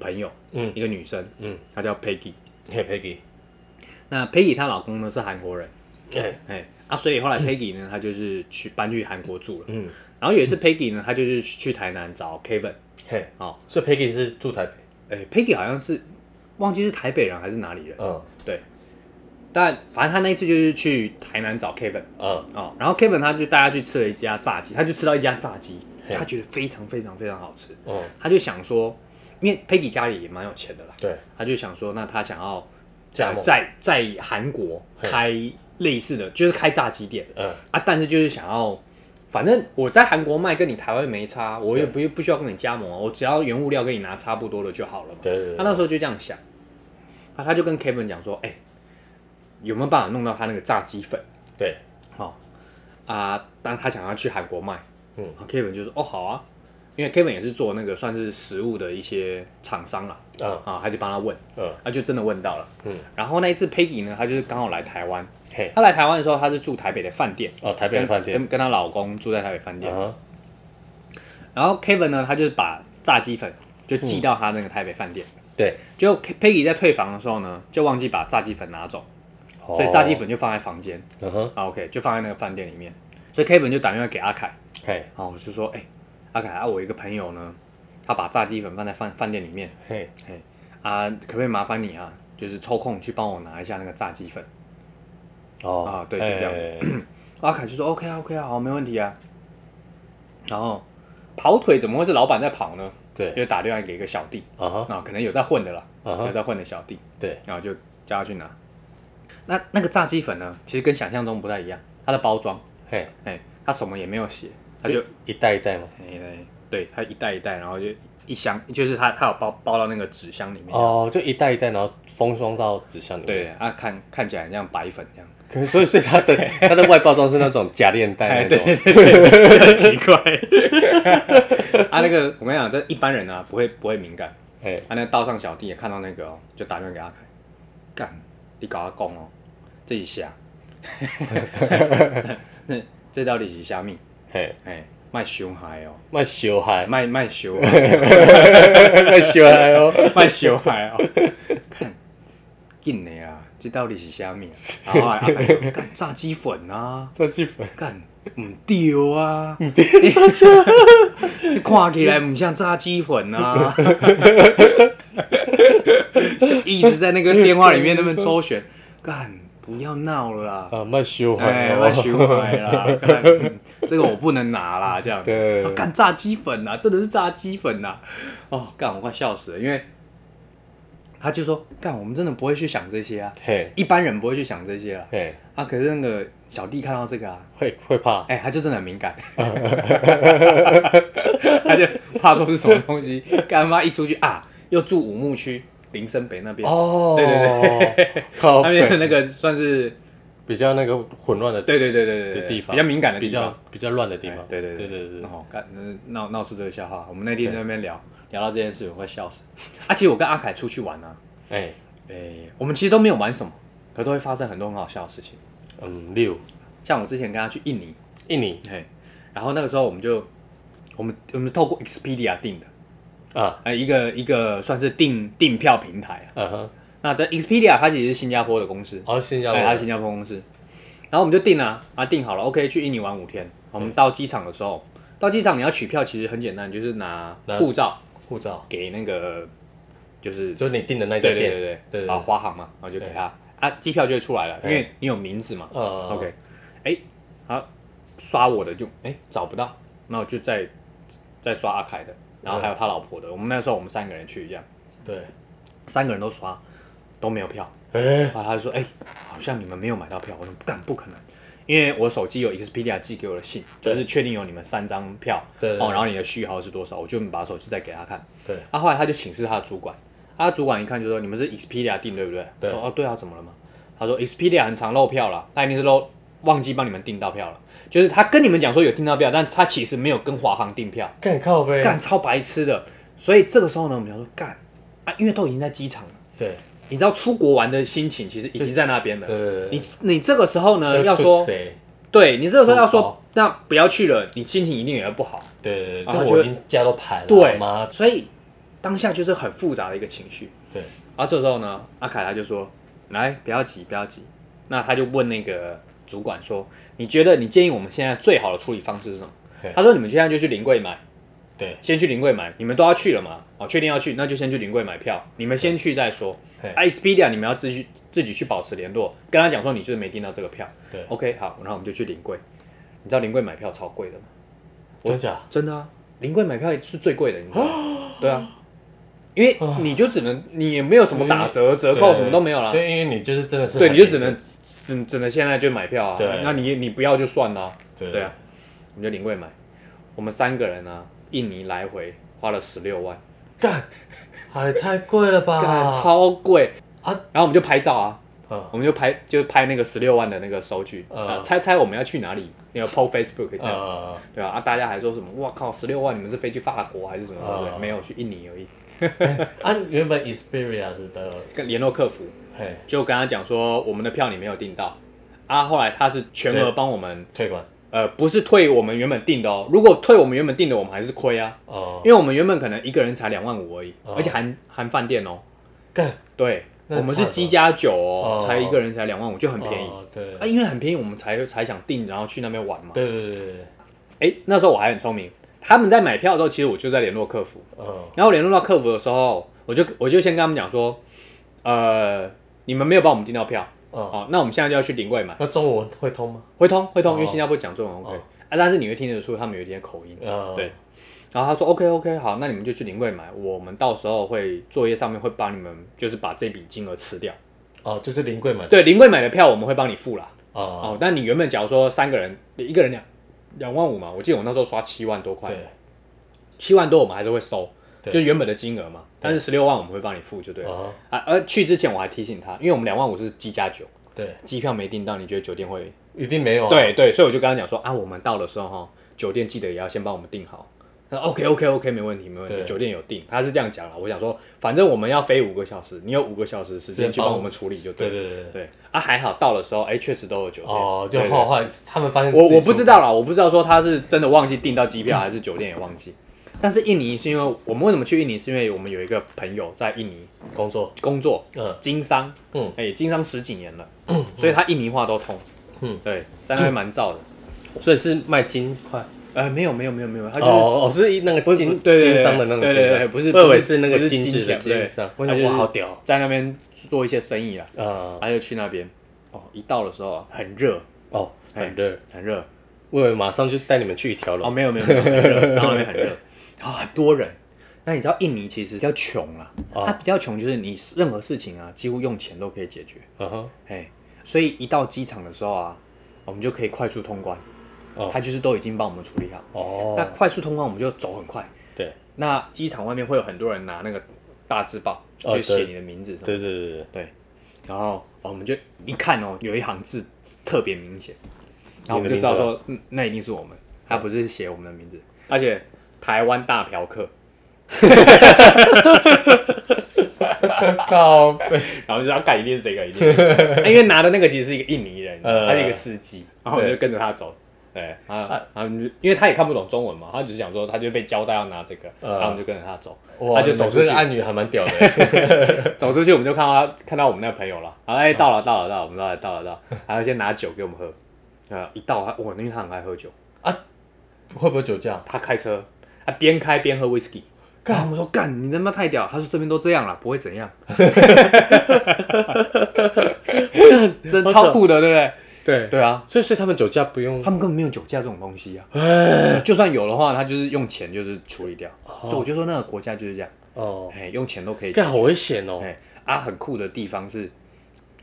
朋友，嗯一个女生，嗯，她叫 Peggy，嘿，Peggy，那 Peggy 她老公呢是韩国人，哎，哎、啊，所以后来 Peggy 呢，她就是去搬去韩国住了，嗯，然后有一次 Peggy 呢，她就是去台南找 Kevin，嘿，哦，所以 Peggy 是住台北，哎、p e g g y 好像是忘记是台北人还是哪里人，嗯对，但反正她那一次就是去台南找 Kevin。嗯，哦，然后 Kevin 他就带他去吃了一家炸鸡，他就吃到一家炸鸡，嘿他觉得非常非常非常好吃，哦，他就想说，因为 Peggy 家里也蛮有钱的啦，对，他就想说，那他想要加盟在在韩国嘿开类似的，就是开炸鸡店嗯，啊，但是就是想要，反正我在韩国卖跟你台湾没差，我也不不需要跟你加盟啊，我只要原物料跟你拿差不多的就好了嘛。对对他对，那时候就这样想，啊，他就跟 Kevin 讲说，哎、有没有办法弄到他那个炸鸡粉？对，好、啊，当他想要去韩国卖，嗯嗯，Kevin 就说哦好啊，因为 Kevin 也是做那个算是食物的一些厂商啦，嗯啊，他就帮他问，嗯他就真的问到了，嗯，然后那一次 Peggy 呢，她就是刚好来台湾，嘿，她来台湾的时候，她是住台北的饭店，哦，台北的饭店，跟跟她老公住在台北饭店，啊，然后 Kevin 呢，他就是把炸鸡粉就寄到他那个台北饭店，对，结果 Peggy 在退房的时候呢，就忘记把炸鸡粉拿走，哦所以炸鸡，粉就放在房间，嗯哼，啊 OK 就放在那个饭店里面，所以 Kevin 就打电话给阿凯。嘿，然后我就说，哎、阿凯啊，我有一个朋友呢，他把炸鸡粉放在饭饭店里面嘿，啊，可不可以麻烦你啊，就是抽空去帮我拿一下那个炸鸡粉？哦啊对就这样子子，阿凯就说 OK 啊，OK 啊，好，没问题啊。然后跑腿怎么会是老板在跑呢？对，就打电话给一个小弟啊哈，啊，可能有在混的啦，啊有哈，在混的小弟，对，然后就叫他去拿。那那个炸鸡粉呢，其实跟想象中不太一样，它的包装，嘿，哎、它什么也没有写，它就一袋一袋吗？哎，对，它一袋一袋，然后就一箱，就是它它有包包到那个纸箱里面。哦，就一袋一袋，然后封装到纸箱里面。对啊，看看起来很像白粉这样，可是所以所以它的它的外包装是那种假链带哎，那对种对，对对，就很奇怪。啊，那个我跟你讲，这一般人啊不会不会敏感，哎，啊，那个道上小弟也看到那个哦，就打电话给阿凯，干，你搞我讲哦，这是啥？ 那这到底是啥物？嘿，哎，卖伤害哦，卖小孩，卖卖伤 害，卖小孩哦，卖伤害哦。看，紧的啦，这到底是啥物啊？然后阿凯说干炸鸡粉啊，这气氛，干唔对啊，傻笑，你看起来唔像炸鸡粉啊，一直在那个电话里面那边周旋，干不要闹了啦，啊，卖小孩哎，哦，我学坏啦，干这个我不能拿啦，这样子，对啊干炸鸡粉呐、真的是炸鸡粉呐、哦，干我快笑死了，因为他就说干我们真的不会去想这些啊，嘿，一般人不会去想这些啊，嘿，啊，可是那个小弟看到这个啊，会会怕，哎、他就真的很敏感， 他就怕说是什么东西，干妈一出去啊，又住五牧区林森北那边，哦，对对对，靠那边的北，那个算是比较那个混乱的对对对对对的地方比较敏感的地比方较。比较乱的地方哎，对对对对对对对，哦，干那闹闹出这个笑话，我们那天在那边聊聊到这件事，我快笑死。啊，其实我跟阿凯出去玩啊，哎，诶、我们其实都没有玩什么，可都会发生很多很好笑的事情。嗯，六，像我之前跟他去印尼，印尼嘿，然后那个时候我们就我们我们透过 Expedia 订的，啊，呃，一个一个算是订订票平台啊。嗯哼，那在 Expedia 它其实是新加坡的公司，哦，新加对，他是坡，新加坡公司。然后我们就定了啊，啊定好了，OK，去印尼玩五天。我嗯们到机场的时候，到机场你要取票其实很简单，就是拿拿护照护照，给那个，就是就是你订的那对家对店，对对对对啊，华航嘛，然后就给他啊，机票就会出来了，因对为你有名字嘛。呃 OK，哎，好，刷我的就哎找不到，那我就再再刷阿凯的，然后还有他老婆的。我们那时候我们三个人去这样，对，三个人都刷都没有票。哎，然后他就说：“哎、好像你们没有买到票。”我说：“干，不可能，因为我手机有 Expedia 寄给我的信，对就是确定有你们三张票对对哦，然后你的序号是多少，我就把手机再给他看。对，啊，后来他就请示他的主管，啊，主管一看就说：“你们是 Expedia 订对不对？”对我说：“哦，对啊，怎么了嘛？”他说：“Expedia 很常漏票了，他一定是漏忘记帮你们订到票了，就是他跟你们讲说有订到票，但他其实没有跟华航订票，干靠呗，干超白痴的。所以这个时候呢，我们想说干啊，因为都已经在机场了。”对，你知道出国玩的心情其实已经在那边了。对对对，你你这个时候呢，要出说谁？对你这个时候要出说国，那不要去了，你心情一定也会不好。对对对，然后这啊就我已经家都排了，妈，所以当下就是很复杂的一个情绪。对，然后这时候呢，阿凯他就说：“来，不要急，不要急。”那他就问那个主管说：“你觉得你建议我们现在最好的处理方式是什么对？”他说：“你们现在就去临柜买，对，先去临柜买，你们都要去了嘛？哦，确定要去，那就先去临柜买票，你们先去再说。对啊，Expedia 你们要自己自己去保持联络，跟他讲说你就是没订到这个票。对，OK，好，然后我们就去临柜。你知道临柜买票超贵的吗？我真哦假？真的啊，临柜买票是最贵的，你知道吗？对啊，因为你就只能你也没有什么打折、折扣，哦对什么都没有啦。对，因为你就是真的是很对，年轻，你就只能只只能现在就买票啊。对那你你不要就算啦。对对啊，，我们就临柜买。我们三个人啊，印尼来回花了十六万，干，哎，太贵了吧干？超贵哦啊！然后我们就拍照啊，嗯我们就拍就拍那个十六万的那个收据，嗯啊猜猜我们要去哪里？那个 PO Facebook 这样。呃，对啊，啊，大家还说什么？哇靠，十六万，你们是飞去法国还是什么？对不对？啊没有，去印尼而已。按啊原本 Experience 的，跟联络客服嘿，就跟他讲说，我们的票你没有订到啊。后来他是全额对帮我们，退款，呃，不是退我们原本订的哦。如果退我们原本订的，我们还是亏啊，哦因，为我们原本可能一个人才两万五而已，哦而且含含饭店哦。干，对，那我们差是不多机加酒哦，哦才一个人才两万五，就很便宜。哦，对，啊，因为很便宜，我们才才想订，然后去那边玩嘛。对对对对对，哎，那时候我还很聪明，他们在买票的时候，其实我就在联络客服。哦，然后我联络到客服的时候，我就我就先跟他们讲说，呃，你们没有帮我们订到票哦，哦，那我们现在就要去临柜买。那中文会通吗？会通会通，因为哦新加坡讲中文 OK、哦啊，但是你会听得出他们有一点口音。呃，对然后他说 OK OK 好，那你们就去临柜买，我们到时候会作业上面会帮你们就是把这笔金额吃掉。哦，就是临柜嘛，对，临柜买的票我们会帮你付啦。哦，哦，但你原本假如说三个人，一个人两两万五嘛，我记得我那时候刷七万多块，对，七万多我们还是会收，对就原本的金额嘛。但是十六万我们会帮你付就对了。哦，啊，而去之前我还提醒他，因为我们两万五是机加酒，对，机票没订到，你觉得酒店会？一定没有，，啊对对，所以我就跟他讲说啊，我们到的时候哈，酒店记得也要先帮我们订好，他说 OK OK OK，没问题没问题，对酒店有订，他是这样讲了。我想说，反正我们要飞五个小时，你有五个小时时间去帮我们处理就对了。对对对。对啊，还好到的时候，哎，确实都有酒店。哦，就对对后来他们发现我自己我不出知道啦，我不知道说他是真的忘记订到机票，还是酒店也忘记。但是印尼是因为我们为什么去印尼？是因为我们有一个朋友在印尼工作，工作嗯经商，嗯哎、经商十几年了，所以他印尼话都通，嗯对，在那边蛮燥的。所以是卖金块。呃，没有没有没有没有，他就是、哦哦，是一那不个是经对对对经商的那个对对经对商，不是我以不为是是那不个是金金子的条对经商，哎想哇好屌啊在那边做一些生意啊，！呃他就去那边。哦，一到的时候啊，很热，哦，很热，很热。我以为马上就带你们去一条哎哦，龙。没有没有没有，很 热，然后那边很热，啊，很多人。那你知道印尼其实比较穷啊，哦它比较穷就是你任何事情啊，几乎用钱都可以解决，嗯哼，哎，所以一到机场的时候啊，我们就可以快速通关，哦他就是都已经帮我们处理好。那哦，快速通关我们就走很快。对那机场外面会有很多人拿那个大字报，哦就写对你的名字什么的。对对对对，对，然后、哦我们就一看哦，有一行字特别明显，然后我们就知道说，嗯，那一定是我们，他不是写我们的名字，而且台湾大嫖客，靠背， 然后就要干一定是这个，一 定是这个、啊因为拿的那个其实是一个印尼人，呃他是一个司机，然后我们就跟着他走。对啊，他们就因为他也看不懂中文嘛，他只是想说，他就被交代要拿这个，呃然后我们就跟着他走，哇，他啊就你们走出这去个，暗语还蛮屌 的，走出去我们就看到他看到我们那个朋友了，然后哎到了到了到了，我们到了到了到了，然后先拿酒给我们喝，呃一到他哇，因为他很爱喝酒，会不会酒驾？他开车，他边开边喝 whisky。干，我说干，你他妈太屌！他说这边都这样了，不会怎 样。真好超扯酷的，对不对？对，对啊，所以所以他们酒驾不用他们根本没有酒驾这种东西啊。就算有的话，他就是用钱就是处理掉。所以我就说那个国家就是这样，哦，哎，用钱都可以。干好危险哦，哎，啊，很酷的地方是，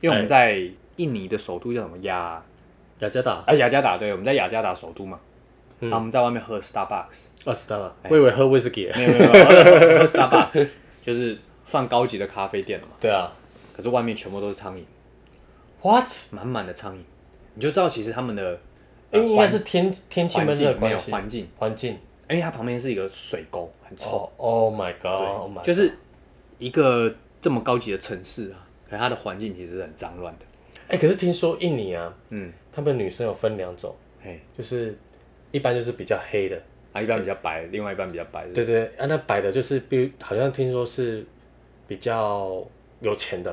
因为我们在印尼的首都叫什么雅雅加达啊雅加达，对，我们在雅加达首都嘛。嗯然后我们在外面喝 Starbucks，二十大了，哎我以为喝威士忌，没有没有没有喝喝 Starbucks，就是算高级的咖啡店了嘛。对啊可是外面全部都是苍蝇， ，what？满满的苍蝇，你就知道其实他们的呃哎，应该是天天气环闷环热境的没有关系，环境，环境。因为它旁边是一个水沟，很臭，哦，Oh my 对 God，Oh my，就是一个这么高级的城市啊，可是它的环境其实很脏乱的，哎，可是听说印尼啊，嗯，他们女生有分两种，嘿，就是一般就是比较黑的，啊一半比较白，另外一半比较白，对对啊，那白的就是比如好像听说是比较有钱的，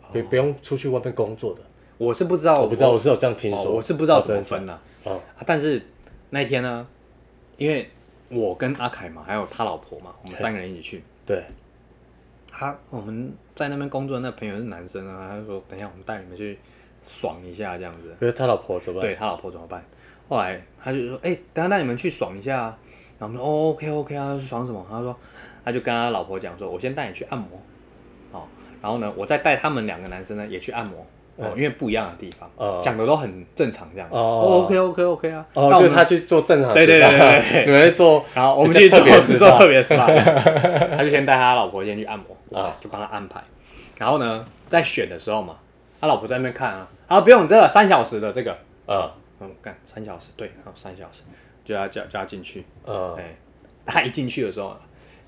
哦不、不用出去外面工作的，我是不知道，我不知道，我我是有这样听哦说，我是不知道哦怎么真的分啊，假的哦，啊但是那一天呢，因为我跟阿凯嘛，还有他老婆嘛，我们三个人一起去，对，他我们在那边工作的那朋友是男生啊，他就说等一下我们带你们去爽一下这样子。可是他老婆怎么办？对他老婆怎么办？后来他就说，哎、等一下带你们去爽一下、啊。然后我们说，哦，OK OK 啊，爽什么？他说，他就跟他老婆讲说，我先带你去按摩，哦，然后呢，我再带他们两个男生呢也去按摩。哦，因为不一样的地方，嗯哦讲的都很正常，这样。哦，OK OK OK 啊。哦，那我就们是他去做正常对对对对对你们在做然后我们比去较做特别是是做吧特别 SPA，他就先带他老婆先去按摩啊啊，就帮他安排。然后呢，在选的时候嘛，他老婆在那边看啊，啊不用这个三小时的这个，呃嗯，干三小时，对，还有三小时，就要叫叫他进去。呃哎，他一进去的时候，啊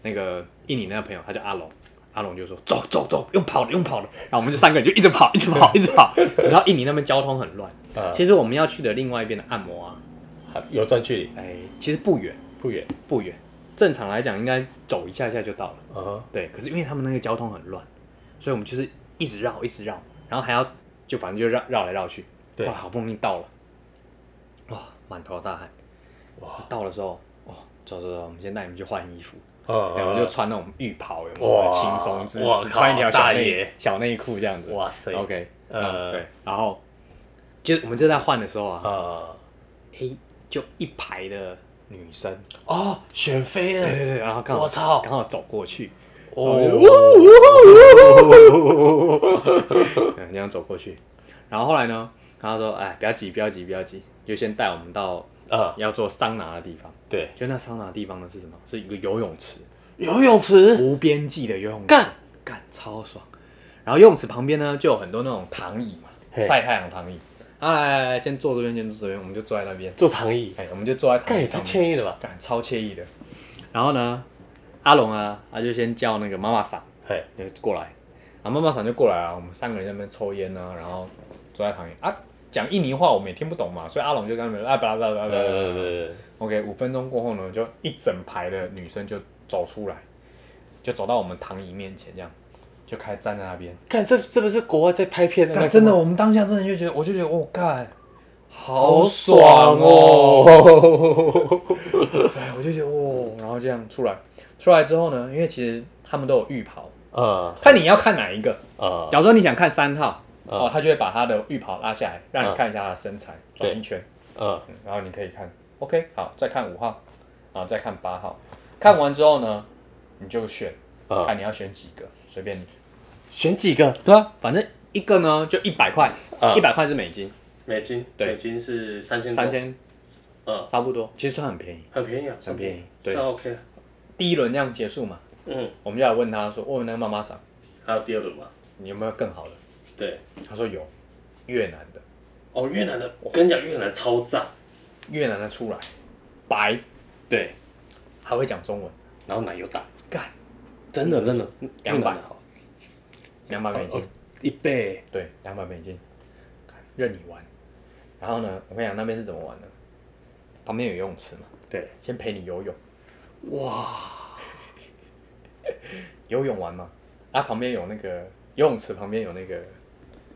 那个印尼那个朋友他叫阿龙，阿龙就说走走走，用跑的用跑的，然后我们就三个人就一直跑一直跑一直 跑，然后印尼那边交通很乱。呃，其实我们要去的另外一边的按摩啊，还有段距离哎，其实不远，不远，不远，正常来讲应该走一下下就到了。啊对，可是因为他们那个交通很乱，所以我们就是一直绕，一直绕，然后还要就反正就绕绕来绕去。对哇，好不容易到了，哇，满头大汗。哇到的时候，哇，走走走，我们先带你们去换衣服，啊，然后我们呃就穿那种浴袍，有没哇有？很轻松，只哇只穿一条靠小大内爷小内裤这样子。哇塞，OK，呃，呃对，然后就是我们就在换的时候啊，啊诶，就一排的女生，哦，选妃对对了，对，然后刚好我操，刚好走过去，哦，嗯，这样走过去。然后后来呢，他说：“哎，不要急，不要急，不要急，就先带我们到呃，要做桑拿的地方。对，就那桑拿的地方呢是什么？是一个游泳池，游泳池无边际的游泳池，干干超爽。然后游泳池旁边呢就有很多那种躺椅嘛，嘿晒太阳躺椅。啊，来来来，先坐这边，先坐这边，我们就坐在那边。坐躺椅，哎，我们就坐在躺干椅也太上面，惬意了吧？干超惬意的。然后呢，阿龙啊，他就先叫那个妈妈桑嘿，就过来，啊，妈妈桑就过来啊，我们三个人在那边抽烟呢、然后坐在旁边啊，讲印尼话我们也听不懂嘛，所以阿龙就跟他们啊，巴拉巴拉巴拉呃巴拉巴拉对对对对 OK，五分钟过后呢，就一整排的女生就走出来，就走到我们唐姨面前，这样就开始站在那边。看这这不是国外在拍片的那干个吗，真的，我们当下真的就觉得，我就觉得，我、哦、干，好爽哦哦！哎，我就觉得，哦，然后这样出来，出来之后呢，因为其实他们都有浴袍， 呃看你要看哪一个。呃假如说你想看三号，嗯哦，他就会把他的浴袍拉下来，让嗯你看一下他的身材，转一圈，呃，嗯然后你可以看，OK，好，再看五号，然后再看八号，看完之后呢，你就选，嗯看你要选几个，随便你。选几个对啊，反正一个呢就一百块，嗯一百块是美金，美金，对美金是三千多，三千嗯，差不多，其实算很便宜，很便宜啊，很便宜。对算，OK 啊。第一轮这样结束嘛，嗯，我们就来问他说，哦问那个妈妈桑，还有第二轮嘛，你有没有更好的？对，他说有，越南的，哦，越南的，我跟你讲，越南超赞，越南的出来，白，对，还会讲中文，然后奶油大，干真的真的，两百越南的好，两百美金哦，一倍，对，两百美金，干任你玩。然后呢，我跟你讲那边是怎么玩的，旁边有游泳池嘛，对，先陪你游泳，哇，游泳完嘛，啊旁边有那个游泳池旁边有那个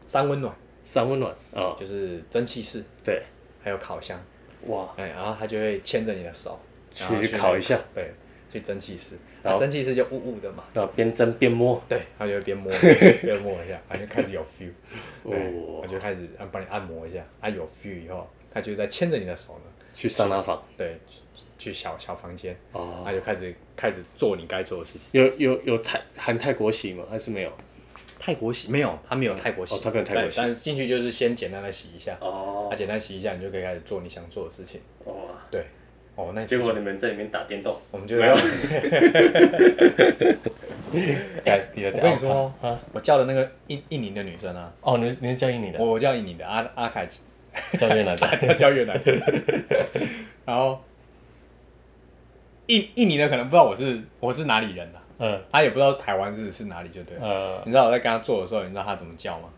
三温暖。三温暖啊，就是蒸汽室，对，还有烤箱，哇，哎，然后他就会牵着你的手去然后那烤一下，对，去蒸汽室，然那后蒸汽室就雾雾的嘛，然后边蒸边摸，对，他就会 边摸边摸一下，他就开始有 feel，对，哇他，就开始啊帮你按摩一下，啊有 feel 以后，他就在牵着你的手呢，去桑拿房，对，去小小房间，哦，他就开始开始做你该做的事情。有有有泰含泰国洗吗？还是没有？泰国洗没有，他没有泰国洗，哦他没有泰国对洗但是进去就是先简单的洗一下，哦啊，简单洗一下，你就可以开始做你想做的事情。哇，对，哦，那结次果就你们在里面打电动，我们就没 有哎，你的我跟你说啊，我叫的那个印印尼的女生啊，哦，你你是教印尼的，我我叫印尼的阿阿凯，教越 南的，她叫越南的，然后印印尼的可能不知道我是我是哪里人啊，嗯他也不知道台湾是是哪里，就对了。呃，你知道我在跟他做的时候，你知道他怎么叫吗？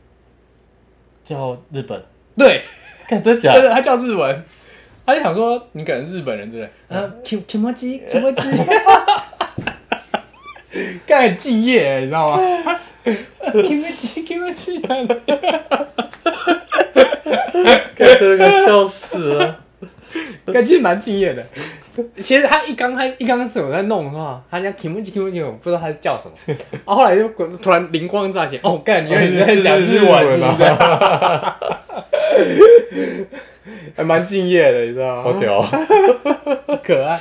教日本，对，看真假真？的，他叫日文，他就想说你可能是日本人之类，啊，kim k i m o j i k i m o j i 干很敬业，欸你知道吗？kim o j i k i m o j i 看这个笑死了， 感觉蛮敬业的。其实他一刚开一刚开始我在弄的话，他叫 Kimoji Kimoji，我不知道他叫什么。 然后后来就突然灵光乍 现，哦，干，原来你在讲日文哦啊是日， 还蛮敬业的，你知道吗？好屌哦， 可爱，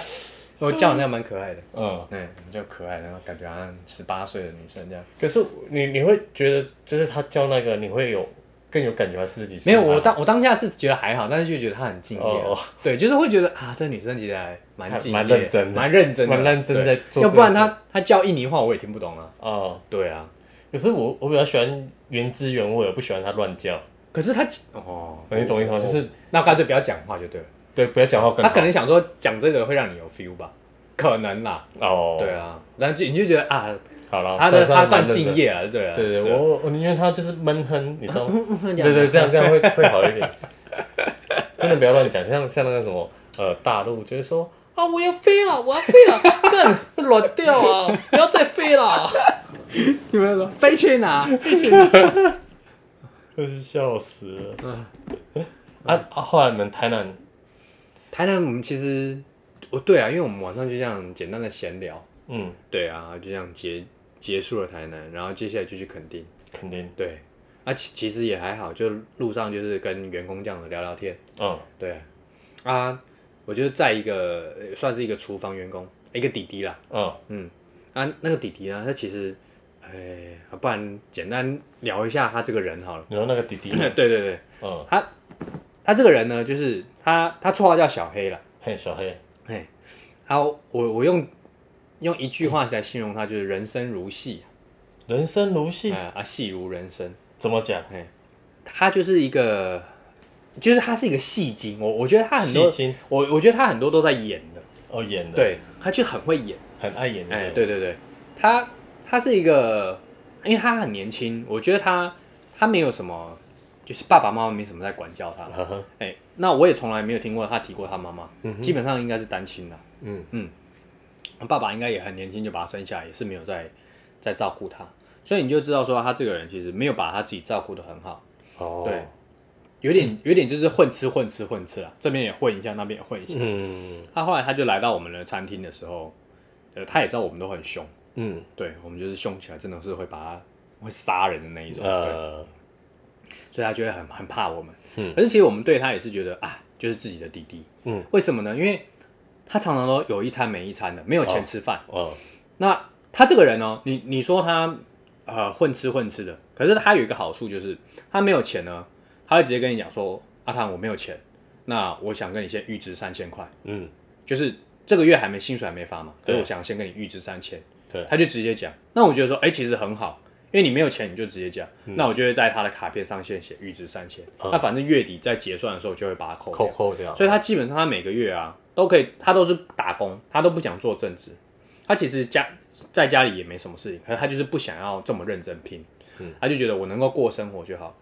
我叫人家蛮可爱的， 嗯，对，比较可爱，然后感觉好像十八岁的女生这样。可是你你会觉得，就是他教那个，你会有更有感觉，还是你是没有，我蛮当我当下是觉得还好，但是就觉得她很敬业啊、哦哦 对，就是会觉得啊，这女生其实还蛮敬业、还蛮认真的蛮认真的、蛮认真在做对要不然这件她她叫印尼话我也听不懂啊。哦，对啊，可是我我比较喜欢原汁原味，我不喜欢他乱叫，可是她哦，你懂我意思吗？就是那干脆不要讲话就对了。对，不要讲话更她好，可能想说讲这个会让你有 feel 吧，可能啦。哦，对，啊，然后就你就觉得啊，好了，她的她他算敬。业啊，对啊。嗯对对，啊我我宁愿他就是闷哼，你知 道吗？对对对，这样这样会会好一点。真的不要乱讲，像像那个什么呃大陆，就是说啊我要飞了，我要飞了， 干会软掉啊，不要再飞了，你们说飞去哪？ 真是笑死了。嗯 啊啊！后来你们台南台南我们其实哦对啊，因为我们晚上就这样简单的闲聊。嗯，对啊，就这样结结束了台南，然后接下来就去垦丁。肯定对，啊，其其实也还好，就路上就是跟员工这样的聊聊天。嗯对啊，我就在一个呃算是一个厨房员工，一个弟弟啦。嗯啊，那个弟弟呢，他其实，哎、不然简单聊一下他这个人好了。你说那个弟弟，对 对对，嗯，他这个人呢，就是他他绰号叫小黑啦。嘿，小黑，嘿，然后我我用用一句话来形容他，就是人生如戏人生如戏，啊、啊，戏如人生。怎么讲？他就是一个，就是他是一个戏精，我我觉得他很戏多，精我我觉得他很多都在演的，哦，演的，，嗯对，他就很会演。很碍眼的。哎，对对对，他他是一个，因为他很年轻，我觉得他他没有什么，就是爸爸妈妈没什么在管教他。呵呵，哎、那我也从来没有听过他提过他妈妈，基本上应该是单亲的。嗯爸爸应该也很年轻就把他生下来，也是没有在在照顾他，所以你就知道说他这个人其实没有把他自己照顾的很好，哦，对，有点有点就是混吃混吃混吃啊，这边也混一下，那边也混一下。嗯他后来他就来到我们的餐厅的时候，呃，他也知道我们都很凶，嗯对我们就是凶起来真的是会把他会杀人的那一种，对，呃，所以他就会很很怕我们。嗯可是其实我们对他也是觉得啊，就是自己的弟弟，嗯，为什么呢？因为他常常都有一餐没一餐的，没有钱哦吃饭。哦，那他这个人呢，你你说他呃混吃混吃的，可是他有一个好处就是他没有钱呢，他会直接跟你讲说，阿汤我没有钱，那我想跟你先预支三千块，嗯，就是这个月还没薪水还没发嘛，所对以我想先跟你预支三千，对他就直接讲。那我觉得说，哎、其实很好，因为你没有钱你就直接讲，那我就会在他的卡片上先写预支三千，嗯那反正月底在结算的时候就会把它扣掉扣扣掉，所以他基本上他每个月啊都可以，他都是打工，他都不想做正职，他其实家在家里也没什么事情，可是他就是不想要这么认真拼，他就觉得我能够过生活就好，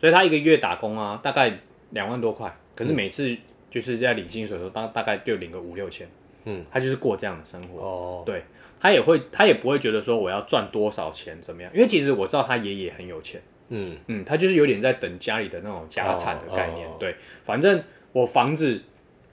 所以他一个月打工啊，大概两万多块，可是每次就是在领薪水的时候，大大概就领个五六千，嗯，他就是过这样的生活，哦，对他也会他也不会觉得说我要赚多少钱怎么样，因为其实我知道他爷爷很有钱。嗯嗯，他就是有点在等家里的那种家产的概念。哦哦哦对，反正我房子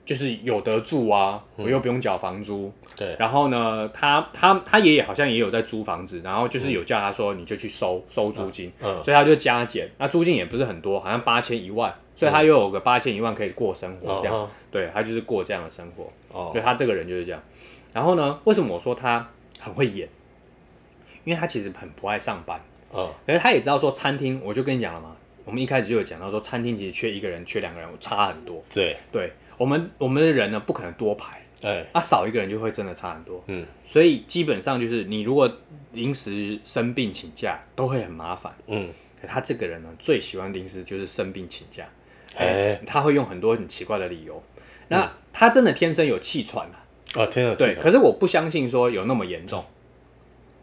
就是有得住啊，我又不用缴房租。嗯对，然后呢，他他他爷爷好像也有在租房子，然后就是有叫他说你就去收收租金，嗯所以他就加减，那租金也不是很多，好像八千一万，所以他又有个八千一万可以过生活嗯哦这样。哦对他就是过这样的生活。哦对他这个人就是这样。然后呢，为什么我说他很会演？因为他其实很不爱上班。哦，可是他也知道说餐厅，我就跟你讲了嘛，我们一开始就有讲到说餐厅其实缺一个人、缺两个人差很多。对，对我们我们的人呢，不可能多排，哎，啊少一个人就会真的差很多。嗯，所以基本上就是你如果临时生病请假都会很麻烦。嗯，可他这个人呢，最喜欢临时就是生病请假，哎，他会用很多很奇怪的理由。那、他真的天生有气喘啊，哦，天哪，对，是可是我不相信说有那么严重。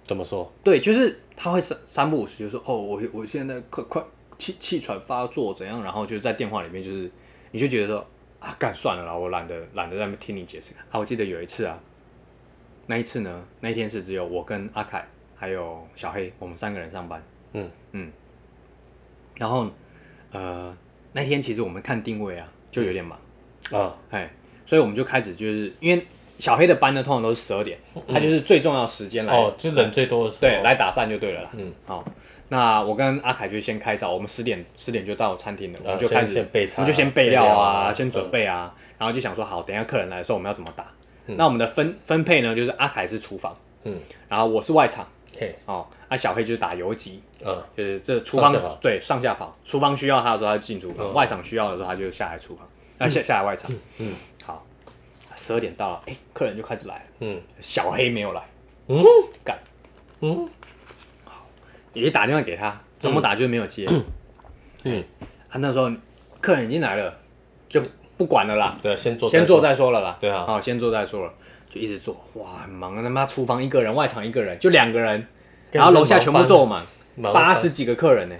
怎么说？对，就是他会三三不五时就说哦，我我现在快快气气喘发作怎样，然后就在电话里面就是，你就觉得说啊，干算了啦，我懒得懒得在那边听你解释啊。我记得有一次啊，那一次呢，那一天是只有我跟阿凯还有小黑我们三个人上班，嗯嗯，然后呃那天其实我们看定位啊就有点忙，啊，哎，所以我们就开始就是因为小黑的班呢通常都是十二点，他就是最重要时间来、嗯哦，就人最多的时候，对，来打战就对了啦。嗯，好，那我跟阿凯就先开早，我们十点十点就到餐厅了，我啊，们就开先始，先备菜我啊，们就先备料啊，嗯先准备啊，然后就想说好，等一下客人来的时候我们要怎么打。那我们的分分配呢，就是阿凯是厨房，嗯，然后我是外场，嘿，哦，啊小黑就是打游击，嗯，就是呃这厨房上下跑对上下跑，厨房需要他的时候他就进厨房，嗯外场需要的时候他就下来厨房，啊下下来外场，嗯，好，十二点到了，哎，客人就开始来了，嗯，小黑没有来，嗯，干，嗯，也打电话给他，怎么打就是没有接。嗯，他那时候客人已经来了，就不管了啦，对，先做，先做，再说了啦。对啊好，先做再说了，就一直做，哇，很忙啊！他妈厨房一个人，外场一个人，就两个人，然后楼下全部坐满，忙翻八十几个客人呢、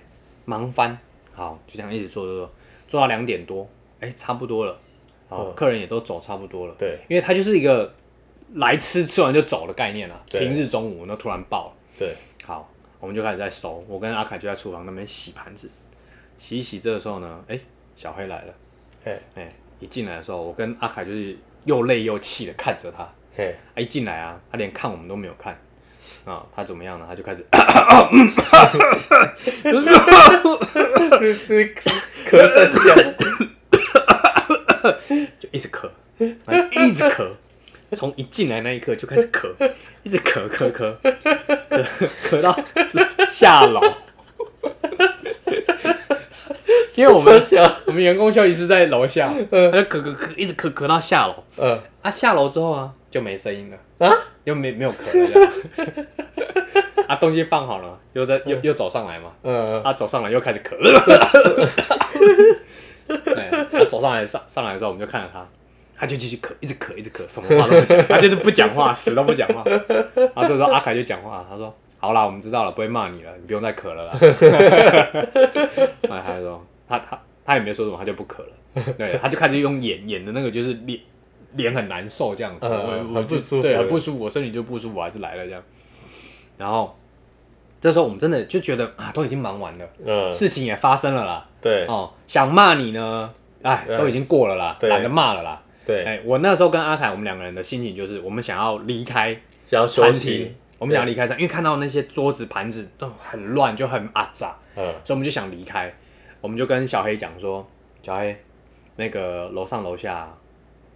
忙翻。好，就这样一直做做做，做到两点多，哎、差不多了，好，嗯客人也都走差不多了。对因为他就是一个来吃吃完就走的概念啊，对平日中午那突然爆了。对，好，我们就开始在收。我跟阿凯就在厨房那边洗盘子，洗一洗。这个时候呢，哎、小黑来了。嘿，哎、一进来的时候，我跟阿凯就是又累又气的看着他。嘿，啊一进来啊，他连看我们都没有看。啊，他怎么样呢？他就开始， 这是咳嗽响，就一直咳，啊一直咳，从一进来那一刻就开始咳，一直咳咳咳咳咳到下楼，因为我们响，我们员工休息室在楼下，他就咳咳咳，一直咳咳到下楼。嗯，啊，下楼之后啊，就没声音了啊，又没没有咳了这样。 啊，东西放好了，又在又又走上来嘛，嗯，啊，走上来又开始哎咳。啊对，他、走上来上上来的时候，我们就看着他，他他就继续咳，一直咳，一直咳，什么话都不讲，他就是不讲话，死都不讲话。然后这时候阿凯就讲话，他说：“好啦，我们知道了，不会骂你了，你不用再咳了啦。”然后他就说：“他他他也没说什么，他就不咳了。”对，他就开始用演演的那个，就是脸脸很难受这样子，嗯我我很不就舒服对，很不舒服，我身体就不舒服，我还是来了这样。然后这时候我们真的就觉得啊，都已经忙完了，嗯，事情也发生了啦。对哦，想骂你呢，哎，对都已经过了啦，对懒得骂了啦。对，哎，我那时候跟阿凯，我们两个人的心情就是，我们想要离开想要餐休息厅，，哦我们想要离开餐，因为看到那些桌子盘子都很乱，就很阿杂，嗯，所以我们就想离开。我们就跟小黑讲说，小黑，那个楼上楼下，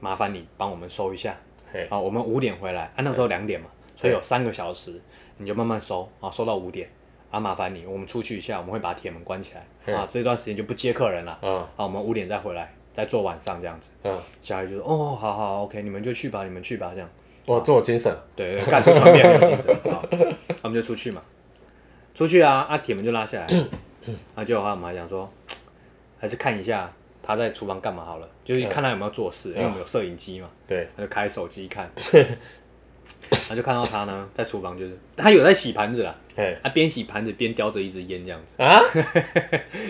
麻烦你帮我们收一下。嘿，啊，我们五点回来，啊，那时候两点嘛，所以有三个小时，你就慢慢收啊，收到五点啊，麻烦你，我们出去一下，我们会把铁门关起来嗯啊，这段时间就不接客人了啊，嗯我们五点再回来，再做晚上这样子。嗯，小孩就说哦，好好，OK，你们就去吧，你们去吧，这样，哇，这么精神，对对，干这方面很有精神啊，他们就出去嘛，出去啊，啊，铁门就拉下来，啊，结果他们还想说，还是看一下他在厨房干嘛好了，就是看他有没有做事，因为我们有摄影机嘛。对，他就开手机看，他就看到他呢在厨房，就是他有在洗盘子啦，嘿，他边洗盘子边叼着一支烟这样子，啊，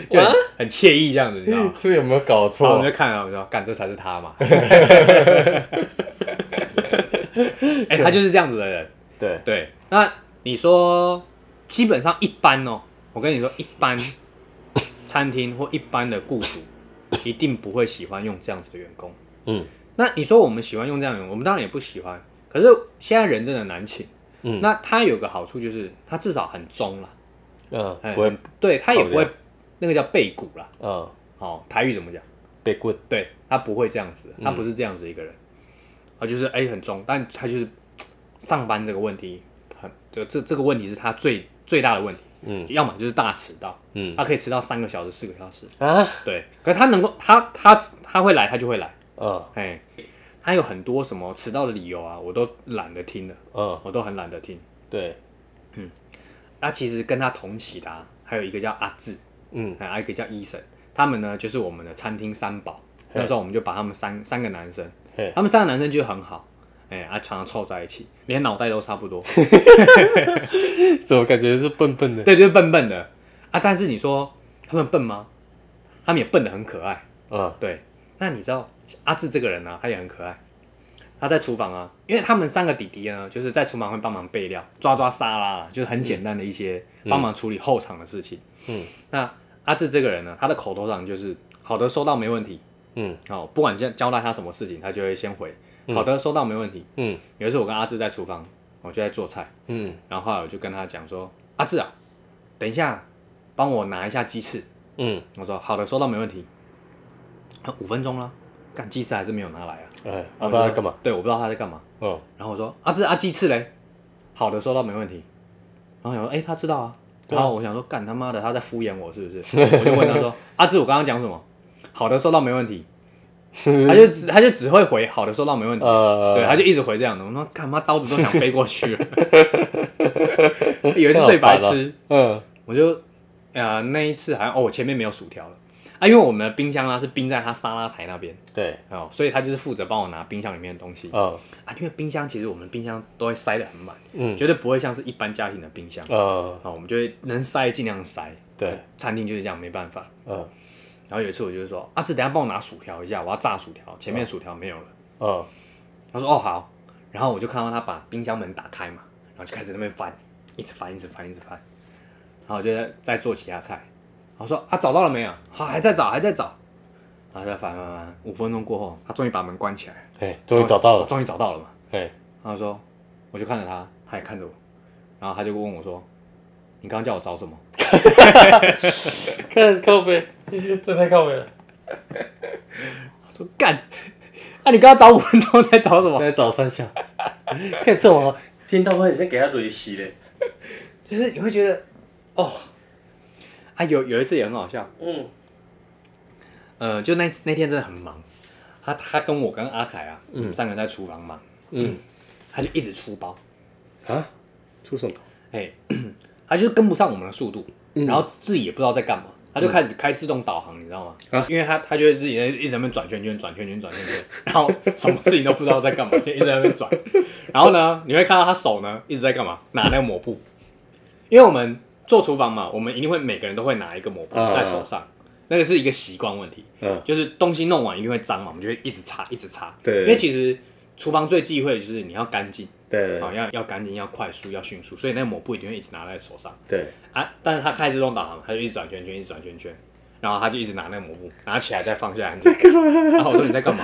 就很很惬意这样子，你知道吗？是有没有搞然后我错们？就看了，我们说干这才是他嘛，哎、他就是这样子的人，对，对。那你说，基本上一般哦，我跟你说，一 般餐厅或一般的雇主一定不会喜欢用这样子的员工。嗯那你说我们喜欢用这样的人，我们当然也不喜欢。可是现在人真的难请，嗯那他有个好处就是他至少很忠啦，嗯哎，不会，对他也不好会的那个叫背骨啦，嗯，哦，台语怎么讲？被棍，对他不会这样嗯子，他不是这样子一个人，他就是哎、很忠，但他就是嘖上班这个问题，很这这这个问题是他最最大的问题，嗯，要么就是大迟到，嗯他可以迟到三个小时、四个小时，啊，对，可是他能够他他他会来，他就会来，嗯哎，他有很多什么迟到的理由啊，我都懒得听了，嗯，我都很懒得听。对，那其实跟他同期的、啊、还有一个叫阿志，嗯，还有一个叫医生，他们呢就是我们的餐厅三宝。嘿那时候我们就把他们三三个男生嘿，他们三个男生就很好，哎、啊常常凑在一起，连脑袋都差不多， 怎么感觉是笨笨的？对，就是笨笨的啊。但是你说他们笨吗？他们也笨得很可爱，嗯对，那你知道阿志这个人呢、啊他也很可爱。他在厨房啊，因为他们三个弟弟呢，就是在厨房会帮忙备料、抓抓沙拉啦，就是很简单的一些帮忙处理后场的事情。嗯，那阿志这个人呢，他的口头上就是好的收到没问题，嗯哦，不管交交代他什么事情，他就会先回好的收到没问题。嗯有一次我跟阿志在厨房，我就在做菜，嗯然后后来我就跟他讲说，阿志啊，等一下帮我拿一下鸡翅，嗯，我说好的，收到，没问题。啊，五分钟了，干鸡翅还是没有拿来啊？哎，然后阿我爸就在干嘛？？对，我不知道他在干嘛。嗯然后我说啊，这啊鸡翅嘞，好的，收到，没问题。然后想说，哎、他知道啊。对啊然后我想说，干他妈的，他在敷衍我是不是？我就问他说，阿志，我刚刚讲什么？好的，收到，没问 题。他就只他就只会回好的，收到，没问题。呃，对，他就一直回这样的，我说干嘛刀子都想飞过去 了。有一次最白这好痴，嗯我就呃那一次好像哦，我前面没有薯条了啊，因为我们的冰箱啊是冰在他沙拉台那边对，哦，所以他就是负责帮我拿冰箱里面的东西嗯啊。因为冰箱其实我们冰箱都会塞得很满，嗯绝对不会像是一般家庭的冰箱啊、呃，我们就会能塞尽量塞。对，餐厅就是这样，没办法。嗯然后有一次我就是说，阿啊志，等一下帮我拿薯条一下，我要炸薯条，前面薯条没有了。嗯他说哦好，然后我就看到他把冰箱门打开嘛，然后就开始在那边翻，一直翻，一直翻，一直翻，然后我就在在做其他菜，然后说啊找到了没有？好、还在找，还在找，啊然后再翻翻翻，五分钟过后，他终于把门关起来了，哎，终于找到我了，哦终于找到了嘛。哎，然后说，我就看着他，他也看着我，然后他就问我说，你刚刚叫我找什么？看靠背，这太靠背了，我说干，啊你刚刚找五 分钟在找什么？在找三下，看这啊么听到会很像给他雷洗嘞。就是你会觉得，哦，啊有有一次也很好笑。嗯，呃，就那那天真的很忙，他他跟我跟阿凯啊，嗯，三个人在厨房忙，嗯他就一直出包，啊，出什么？ 嗯哎，他就是跟不上我们的速度，然后自己也不知道在干嘛，他他就开始开自动导航，你知道吗？啊因为他他就会自己在一直在那边转圈圈、转圈圈、转圈圈，然后什么事情都不知道在干嘛，就一直在那边转。然后呢，你会看到他手呢一直在干嘛，拿那个抹布，因为我们做厨房嘛，我们一定会每个人都会拿一个抹布嗯在手上，那个是一个习惯问题。嗯，就是东西弄完一定会脏嘛，我们就会一直擦，一直擦。对因为其实厨房最忌讳的就是你要干净，对好、要要干净，要快速，要迅速，所以那个抹布一定会一直拿在手上对，啊。但是他开自动导航，他就一直转圈圈，一直转圈圈，然后他就一直拿那个抹布，拿起来再放下来。 然后我说你在干嘛？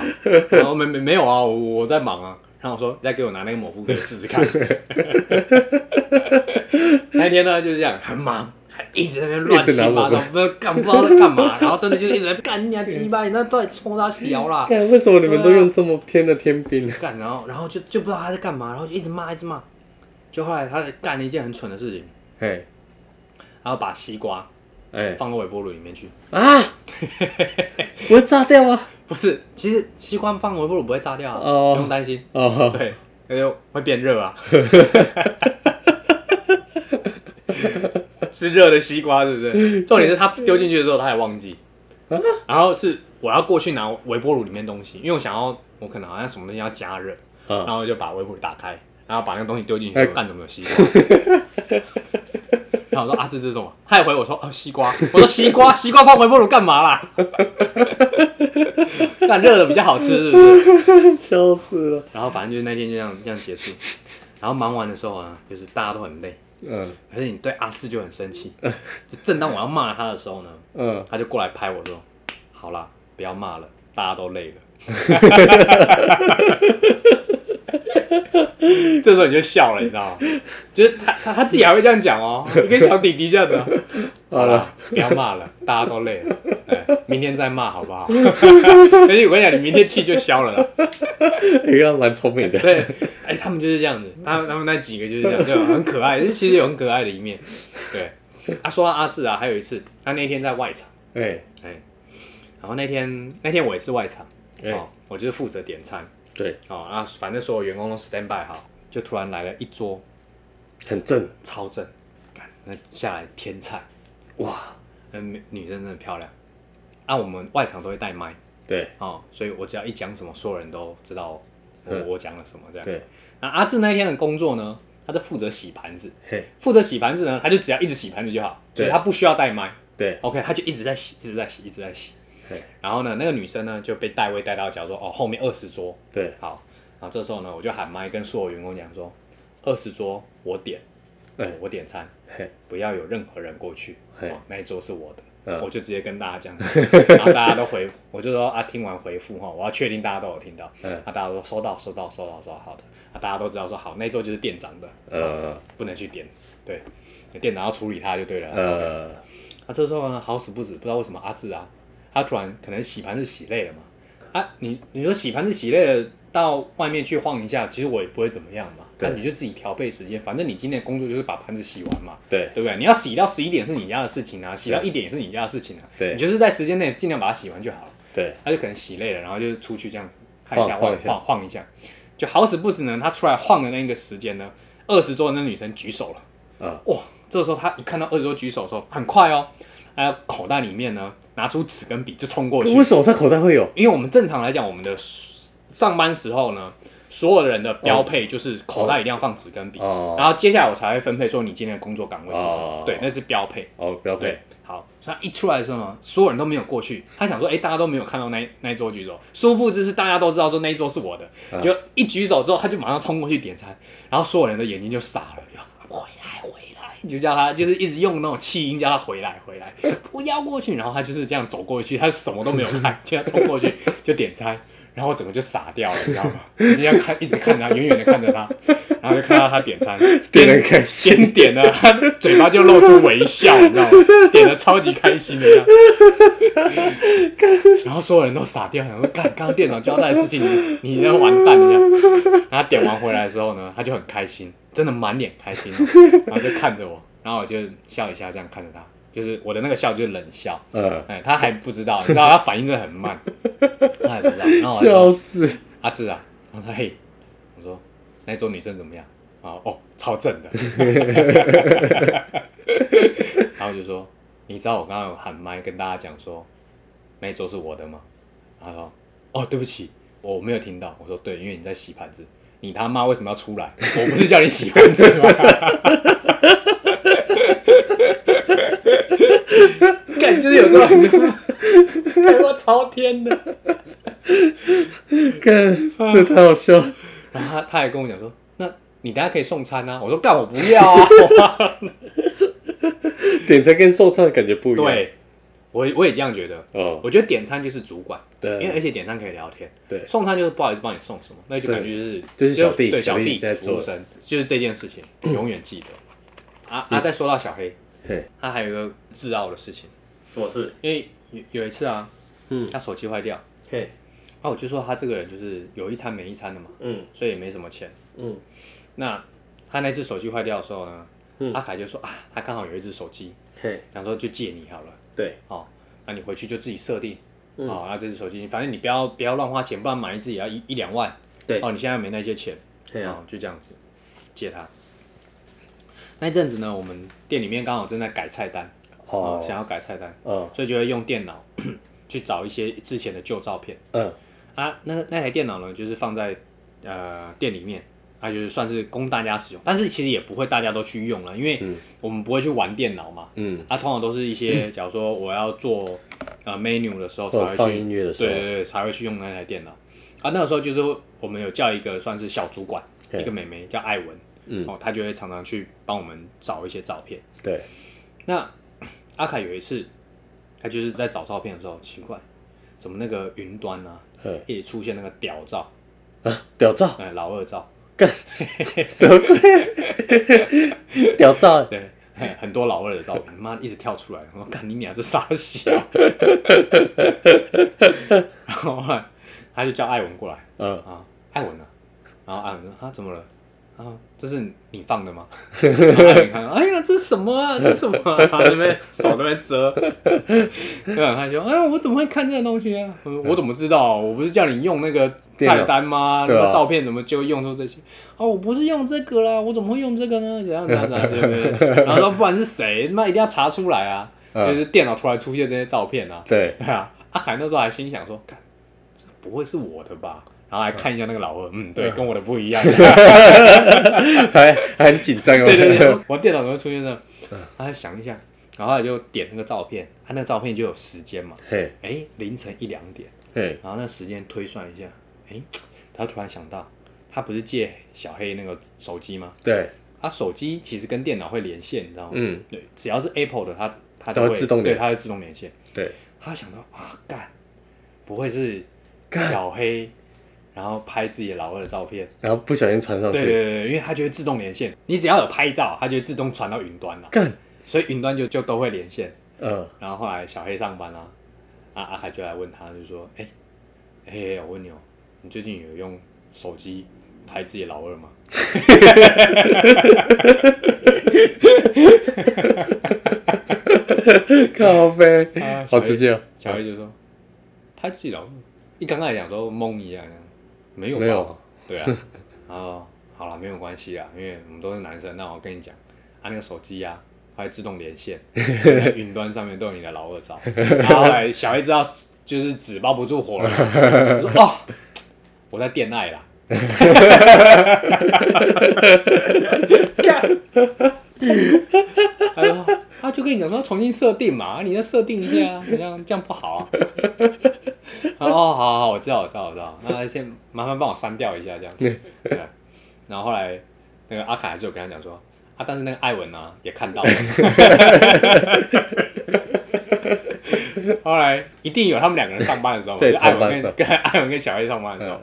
然后没没没有啊，我我在忙啊。然后我说你再给我拿那个抹布给我试试看。 那一天呢就是这样，很忙。还一直在那边乱一直七拿八抹布糟，不知道干不知道在干嘛，然后真的就是一直在干你啊鸡巴，你那到底冲他小啦？看为什么你们都用这么偏的天兵啊？干，然后然后就就不知道他在干嘛，然后就一直骂，一直骂。就后来他干了一件很蠢的事情，哎然后把西瓜哎放到微波炉里面去。啊，不会炸掉吗？不是，其实西瓜放微波炉不会炸掉、啊，哦不用担心。哦，对，那就会变热啊。 是热的西瓜，对不对？重点是他丢进去的时候，他还忘记。然后是我要过去拿微波炉里面东西，因为我想要，我可能好像什么东西要加热，然啊，后我就把微波炉打开，然后把那个东西丢进去，哎说干怎么有西瓜？ 然后我说啊，这这是什么？他也回我说啊，西瓜。我说西瓜，西瓜放微波炉干嘛啦？ 干热的比较好吃，是不是？ 笑死了。然后反正就是那天就这样这样结束。然后忙完的时候呢，就是大家都很累，嗯可是你对阿志就很生气。就正当我要骂他的时候呢，嗯，他就过来拍我说：“好啦，不要骂了，大家都累了。” 这时候你就笑了，你知道吗？就是他他他自己还会这样讲哦，一个小弟弟这样的。好好了了，不要骂了，大家都累了，哎，明天再骂好不好？而且我跟你讲，你明天气就消了啦。你刚刚哎蛮聪明的。对，哎、他们就是这样子，他们他们那几个就是这样，就很可爱，就其实有很可爱的一面。对，啊，说到阿志啊，还有一次，他那天在外场，哎哎、然后那天那天我也是外场，哎哦，，我就是负责点餐，对，哦，然后反正所有员工都 stand by 好，就突然来了一桌很正超正，干那下来天菜，哇。那女女生真的漂亮，啊，我们外场都会带麦，对哦，所以我只要一讲什么，所有人都知道我嗯我讲了什么这样。对，那阿志那一天的工作呢，他就负责洗盘子，嘿负责洗盘子呢，他就只要一直洗盘子就好，所对以他不需要带麦。对 OK，他就一直在洗，一直在洗，一直在洗对。然后呢，那个女生呢就被带位带到，假如说哦后面二十桌，对，好，然后这时候呢我就喊麦跟所有员工讲说，二十桌我点，哎我点餐，嘿不要有任何人过去，嘿哦、那一桌是我的。嗯我就直接跟大家 讲，然后大家都回，我就说啊，听完回复哈，我要确定大家都有听到，嗯啊，大家都收到，收到，收到，收到，好的，啊，大家都知道说好，那一桌就是店长的，呃不能去点，对，店长要处理他就对了。呃啊，这时候呢，好死不死，不知道为什么阿志啊，他突然可能洗盘子洗累了嘛，啊，你你说洗盘子洗累了，到外面去晃一下，其实我也不会怎么样嘛，对那你就自己调配时间，反正你今天的工作就是把盘子洗完嘛，对对不对？你要洗到十一点是你家的事情啊，洗到一点也是你家的事情啊，对你就是在时间内尽量把它洗完就好了。对他就可能洗累了，然后就出去这样看一下，晃晃晃一下晃晃一下，就好死不死呢，他出来晃的那个时间呢，二十桌的那女生举手了。啊哇，这时候他一看到二十桌举手的时候，很快哦，他口袋里面呢拿出纸跟笔就冲过去，为什么在口袋会有？因为我们正常来讲，我们的上班时候呢，所有人的标配就是口袋一定要放纸跟笔，哦然后接下来我才会分配说你今天的工作岗位是什么，哦对，那是标配。哦，不要对背，，好，所以他一出来的时候呢，所有人都没有过去，他想说，哎、大家都没有看到那一那一桌举手，殊不知是大家都知道说那一桌是我的，就、一举手之后，他就马上冲过去点餐，然后所有人的眼睛就傻了，就回来回来，你就叫他就是一直用那种气音叫他回来 回来，不要过去，然后他就是这样走过去，他什么都没有看，就他冲过去就点餐。然后我整个就傻掉了，你知道吗？我就这样看，一直看着他，远远的看着他，然后就看到他点餐，点的开心。先点了， 他嘴巴就露出微笑，你知道吗？点的超级开心的这样，然后所有人都傻掉，想说干，刚刚店长交代的事情，你你在完蛋这样。然后他点完回来的时候呢，他就很开心，真的满脸开心哦，然后就看着我，然后我就笑一下，这样看着他，就是我的那个笑就是冷笑，嗯，哎，他还不知道，你知道他反应真的很慢，他还不知道，然后我就说笑死。阿志啊，我说嘿，我说那桌女生怎么样？ 啊哦，超正的，然后我就说你知道我刚刚有喊麦跟大家讲说那一桌是我的吗？”他说：“哦，对不起，我没有听到。”我说：“对，因为你在洗盘子，你他妈为什么要出来？我不是叫你洗盘子吗？” 感就是有这 种，他妈超天的。看，这太好笑了。然后他他还跟我讲说：“那你等下可以送餐啊。”我说：“干，我不要 啊。”点餐跟送餐的感觉不一样。，对，我我也这样觉得。哦，我觉得点餐就是主管，因为而对，且点餐可以聊天。嗯对送餐就是不好意思帮你送什么，那就感觉就是对就是小弟对小小弟弟在做服务生，就是这件 事情永远记得。啊啊！再说到小黑，嘿，他还有一个自傲的事情，什么事？因为有有一次啊，嗯，他手机坏掉，嘿，啊，我就说他这个人就是有一餐没一餐的嘛，嗯所以也没什么钱。嗯，那他那次手机坏掉的时候呢，嗯阿凯就说啊，他刚好有一只手机，嘿，然后说就借你好了。对，哦，那你回去就自己设定，嗯哦，那这只手机，反正你不要不要乱花钱，不然买一只也要一一两万，对哦，你现在没那些钱，嘿啊，哦，就这样子借他。那一阵子呢，我们店里面刚好正在改菜单，哦，哦，想要改菜单，嗯所以就会用电脑 去找一些之前的旧照片嗯，啊。那那台电脑呢，就是放在呃店里面。它、就是算是供大家使用，但是其实也不会大家都去用了，因为我们不会去玩电脑嘛，啊嗯，它、通常都是 一些，假如说我要做呃 menu 的时候才或会者去，哦放音乐的时对对候，对，才会去用那台电脑。啊，那个时候就是我们有叫一个算是小主管，对一个美眉叫艾文，嗯哦，她就会常常去帮我们找一些照片。对，那 阿凯有一次，他就是在找照片的时候，奇怪，怎么那个云端啊，嗯一直出现那个屌照，啊，屌 照，哎，老二照，什么鬼？屌照，对，嘿很多老二的照片，妈一直跳出来，我说干你娘这傻小。 然后后来他就叫艾文过来嗯，啊，艾文啊，然后艾文说他、啊、怎么了？啊，这是你放的吗？ 然后艾文看，哎呀，这是什么啊？这是什么、啊？然 后那边手在那边遮，对啊，他就，哎呀，我怎么会看这个东西啊？我说我怎么知道？我不是叫你用那个菜单吗？电那脑对啊么照片怎么就用出这些？哦，我不是用这个啦，我怎么会用这个呢？怎样怎样怎样，对不对？ 然后说不管是谁，那一定要查出来啊！嗯就是电脑突然出现这些照片啊，对， 对啊，阿凯那时候还心想说，看，这不会是我的吧？然后还看一下那个老二，嗯，对，跟我的 不一样。还还很紧张哦，对对对，我电脑怎么出现这？嗯他想一下，然后他就点那个照片，他那个照片就有时间嘛， 嘿，哎，凌晨一两点，嘿，然后那时间推算一下，哎，他突然想到，他不是借小黑那个手机吗？对，他手机其实跟电脑会连线，你知道吗？嗯，对，只要是 Apple 的，它它它都会会自动连对，它会自动连线。对，他想到啊，干，不会是小黑，然后拍自己的老二的照片？然后不小心传上对对去，对，对因为它就会自动连线，你只要有拍照，它就会自动传到云端了，干，所以云端就就都会连线。嗯，然后后来小黑上班啦、啊，阿凯就来问他，就说，哎、哎，嘿我问你哦，你最近有用手机拍自己的老二吗？靠呗，啊好直接哦，小黑就说，拍自己老二，一刚开始讲说懵一下，没有吧没有，对啊， 然后好了，没有关系啊，因为我们都是男生。那我跟你讲，啊，那个手机啊，它会自动连线，在云端上面都有你的老二照。然后后来小黑知道就是纸包不住火了，我说哦，我在恋爱啦。 他说，他就跟你讲说重新设定嘛，你再设定一下啊，你这样这样不好啊。哦，好好好，我知道，我知道，我知道。那先麻烦帮我删掉一下，这样子。对。然后后来那个阿凯还是有跟他讲说，啊，但是那个艾文呢、啊、也看 到了。后来一定有他们两个人上班的时候嘛，对就艾上班文的时候跟跟艾文跟小黑上班嗯 的时候，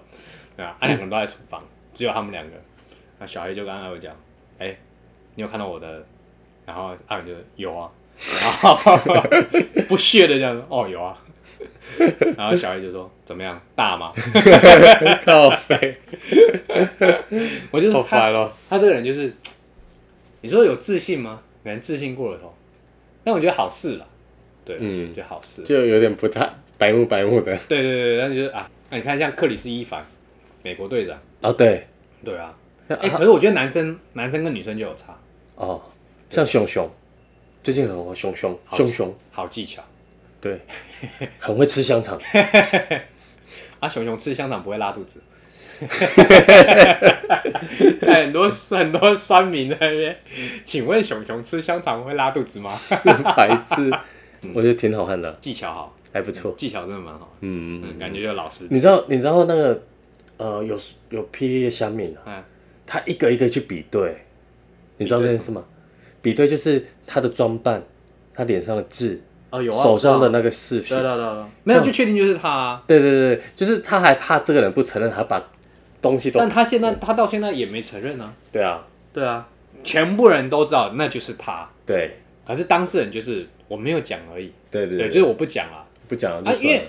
对啊，啊两个人都在厨房，只有他们两个。那小黑就跟艾文讲，哎、你有看到我的？然后艾文就有啊，然后 不屑的这样说，哦，有啊。然后小黑就说：“怎么样，大吗哎靠呗，？”我就是好他，烦哦，他这个人就是，你说有自信吗？可能自信过了头，但我觉得好事了，对，嗯就好事。就有点不太白目白目的，对对对，但是就是啊，那你看像克里斯伊凡，美国队长，哦，对，对啊，那哎、可是我觉得男生男生跟女生就有差，哦，像熊熊，最近很啊凶凶好凶凶，好技巧对，很会吃香肠，啊！熊熊吃香肠不会拉肚子， 哎很多很多酸民在那边，请问熊熊吃香肠会拉肚子吗？白痴， 我觉得挺好看的，技巧好，还不错。技巧真的蛮好，嗯，嗯，感觉就是老师，你知道你知道那个呃有有霹雳的香米啊，嗯，他一个一个去比对，你知道这件事吗？比对就是他的装扮，他脸上的痣，哦有啊，手上的我知道那个嗯饰品对，啊对对对，没有就确定就是他啊，对对对，对就是他还怕这个人不承认，还把东西都但他现在他到现在也没承认啊，对啊，对啊，全部人都知道那就是他，对可是当事人就是我没有讲而已，对对对，就是我不讲啊，不讲了啊就算因为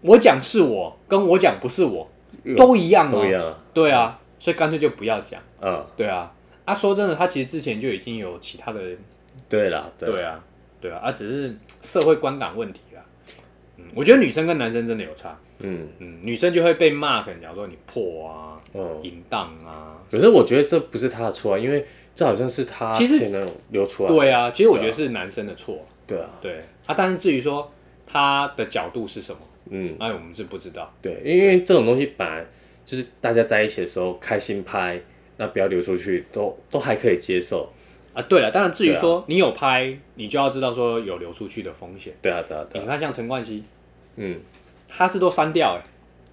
我讲是我，跟我讲不是我因为都一样啊，了，都一样啊，对啊，所以干脆就不要讲，嗯，对啊，啊说真的，他其实之前就已经有其他的，对啊啦，对对啊，对啊，啊只是社会观感问题啦，嗯，我觉得女生跟男生真的有差，嗯嗯，女生就会被骂，可能讲说你破啊、嗯，淫荡啊，可是我觉得这不是他的错啊，因为这好像是他其实前男友流出来，对啊，其实我觉得是男生的错，对啊，对啊，但是至于说他的角度是什么，嗯哎，我们是不知道。对，因为这种东西本来就是大家在一起的时候开心拍，那不要流出去，都都还可以接受，啊，对了，当然，至于对啊说、你有拍，你就要知道说有流出去的风险。对啊对啊对你啊，看，像陈冠希，嗯，他是都删掉、欸，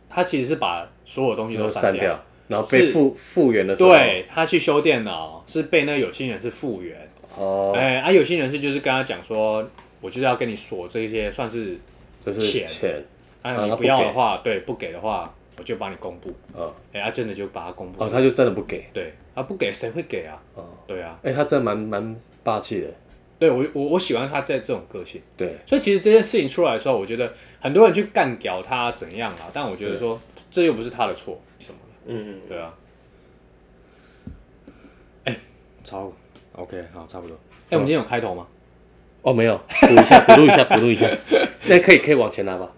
他其实是把所有东西然都后删删掉。掉，然后被是复复原的时候，，对他去修电脑，是被那个有心人是复原，哎、哦，啊，有心人是就是跟他讲说，我就是要跟你索这些，算是就是钱钱，啊，啊你他不不要的给话，对，不给的话，我就帮你公布，嗯，哎、他真的就把它公布，哦，他就真的不给，对，啊，不给谁会给啊？哦，对啊，哎，他真的蛮蛮霸气的，对我我我喜欢他在这种个性。对。所以其实这件事情出来的时候，我觉得很多人去干掉他怎样啊，但我觉得说这又不是他的错什么的，嗯，对啊。哎、超 OK，好，差不多。哎、我们今天有开头吗？哦，没有，补一下，补录一下，补录一下。 那可以，可以往前拿吧。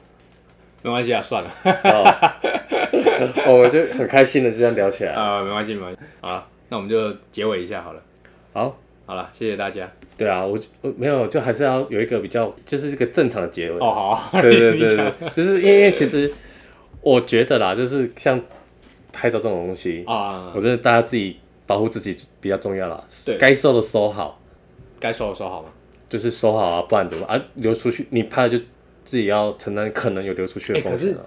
没关系啊，算 了，哦，我们就很开心的这样聊起来。呃，没关系，没关系。好了，那我们就结尾一下好了。好，好了，谢谢大家。对啊，我我没有，就还是要有一个比较，就是这个正常的结尾。哦，好 啊，对对 你对讲对，就是因为因为其实我觉得啦，就是像拍照这种东西，啊，我觉得大家自己保护自己比较重要啦对。该收的收好，该收的收好吗？就是收好啊，不然怎么啊流出去？你拍了就自己要承担可能有流出去的哎可风是险啊。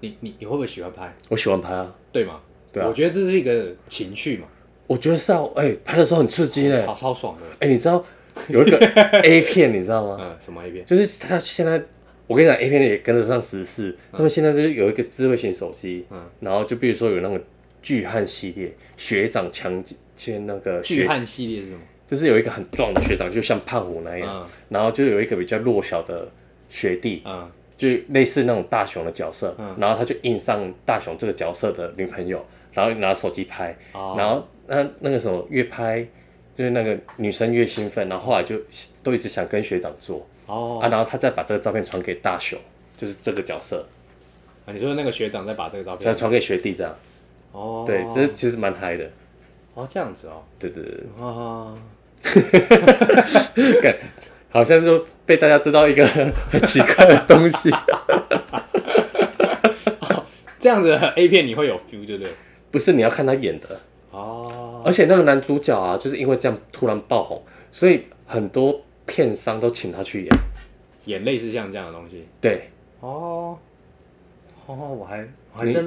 你你你会不会喜欢拍？我喜欢拍啊，对吗？对啊我觉得这是一个情绪嘛，我觉得是啊，哎，拍的时候很刺激呢。超超爽的。哎、你知道有 一个 A 片，你知道吗？嗯，什么 A 片？就是他现在，我跟你讲，A 片也跟得上时事。他们现在就是有一个智慧型手机，嗯然后就比如说有那种巨汉系列，学长强奸那个巨学，汉系列是什么？就是有一个很壮的学长，就像胖虎那样，嗯然后就有一个比较弱小的学弟，嗯就类似那种大雄的角色，嗯然后他就印上大雄这个角色的女朋友，然后拿手机拍，哦然后那那个什么越拍，就是那个女生越兴奋，然后后来就都一直想跟学长做、哦啊，然后他再把这个照片传给大雄，就是这个角色，啊，你说那个学长在把这个照再片传给学弟这样，哦，对，这其实蛮嗨的，哦这样子哦，对对对啊，对， 干，好像就被大家知道一个很奇怪的东 西，这样子 的 A 片你会有 feel 对不对？不是你要看他演的，哦，而且那个男主角啊，就是因为这样突然爆红，所以很多片商都请他去演。也类似像这样的东西对，哦，哦，我还我还你真，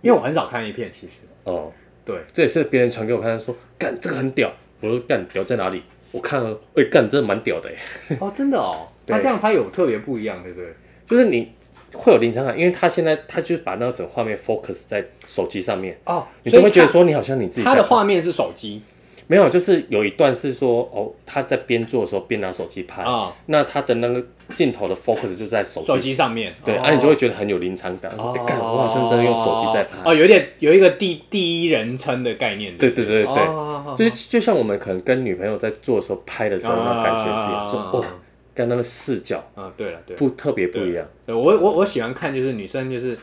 因为我很少看 A 片，其实哦，对，这也是别人传给我看，他说干这个很屌，我说干屌在哪里？我看了，哎、干真的蛮屌的哎，哦真的 哦，对他这样拍有特别不一样，对不对？就是你会有临场感，因为他现在他就是把那整个画面 focus 在手机上面，哦，你就会觉得所说你好像你自以己他他的在看画面是手机没有，就是有一段是说哦他在边做的时候边拿手机拍，啊，那他的那个镜头的 focus 就在手手机。机上面，对，哦啊，你就会觉得很有临场感。哎干、我好像真的用手机在拍。哦，有点有一个第第一人称的概念，对不对对对对，哦就是就像我们可能跟女朋友在做的时候拍的时候，那感觉是一啊样，就哇，跟那个视角啊，对了对了，不特别不一样。对我我我喜欢看就是女生就是，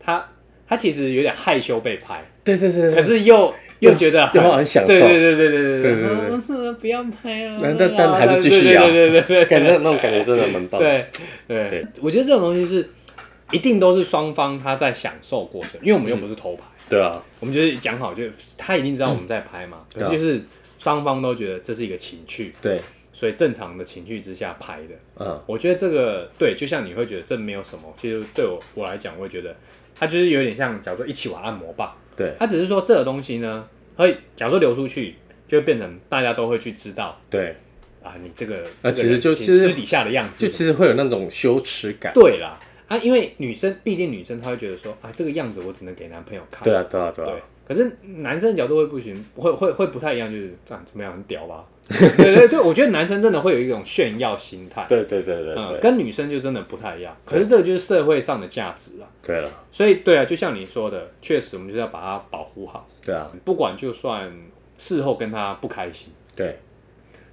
她她其实有点害羞被拍，对对对可对， 是又又觉得又很享受对对对对对对对 对对，不要拍了但但但还是继续啊对对对对对感觉那种感觉真的蛮棒。，对对对，我觉得这种东西是一定都是双方他在享受过程，因为我们又不是偷拍， 对啊，我们就是讲好，就是他一定知道我们在拍嘛，可对啊是就是双方都觉得这是一个情趣，对，所以正常的情绪之下拍的。嗯，我觉得这个对，就像你会觉得这没有什么，其实对我我来讲，我会觉得它就是有点像，假如说一起玩按摩吧，对它只是说这个东西呢，会假如说流出去，就会变成大家都会去知道对，啊，你这个这啊个其实人就其其实私底下的样子就，其实会有那种羞耻感。对啦啊，因为女生毕竟女生她会觉得说啊，这个样子我只能给男朋友看，对啊，对啊，对对啊，。可是男生的角度会不行，会会会不太一样，就是这样怎么样很屌吧？ 对对对，我觉得男生真的会有一种炫耀心态，对对对对嗯，对，跟女生就真的不太一样。可是这个就是社会上的价值啊，对了，所以对啊，就像你说的，确实我们就是要把它保护好，对啊，不管就算事后跟他不开心，对，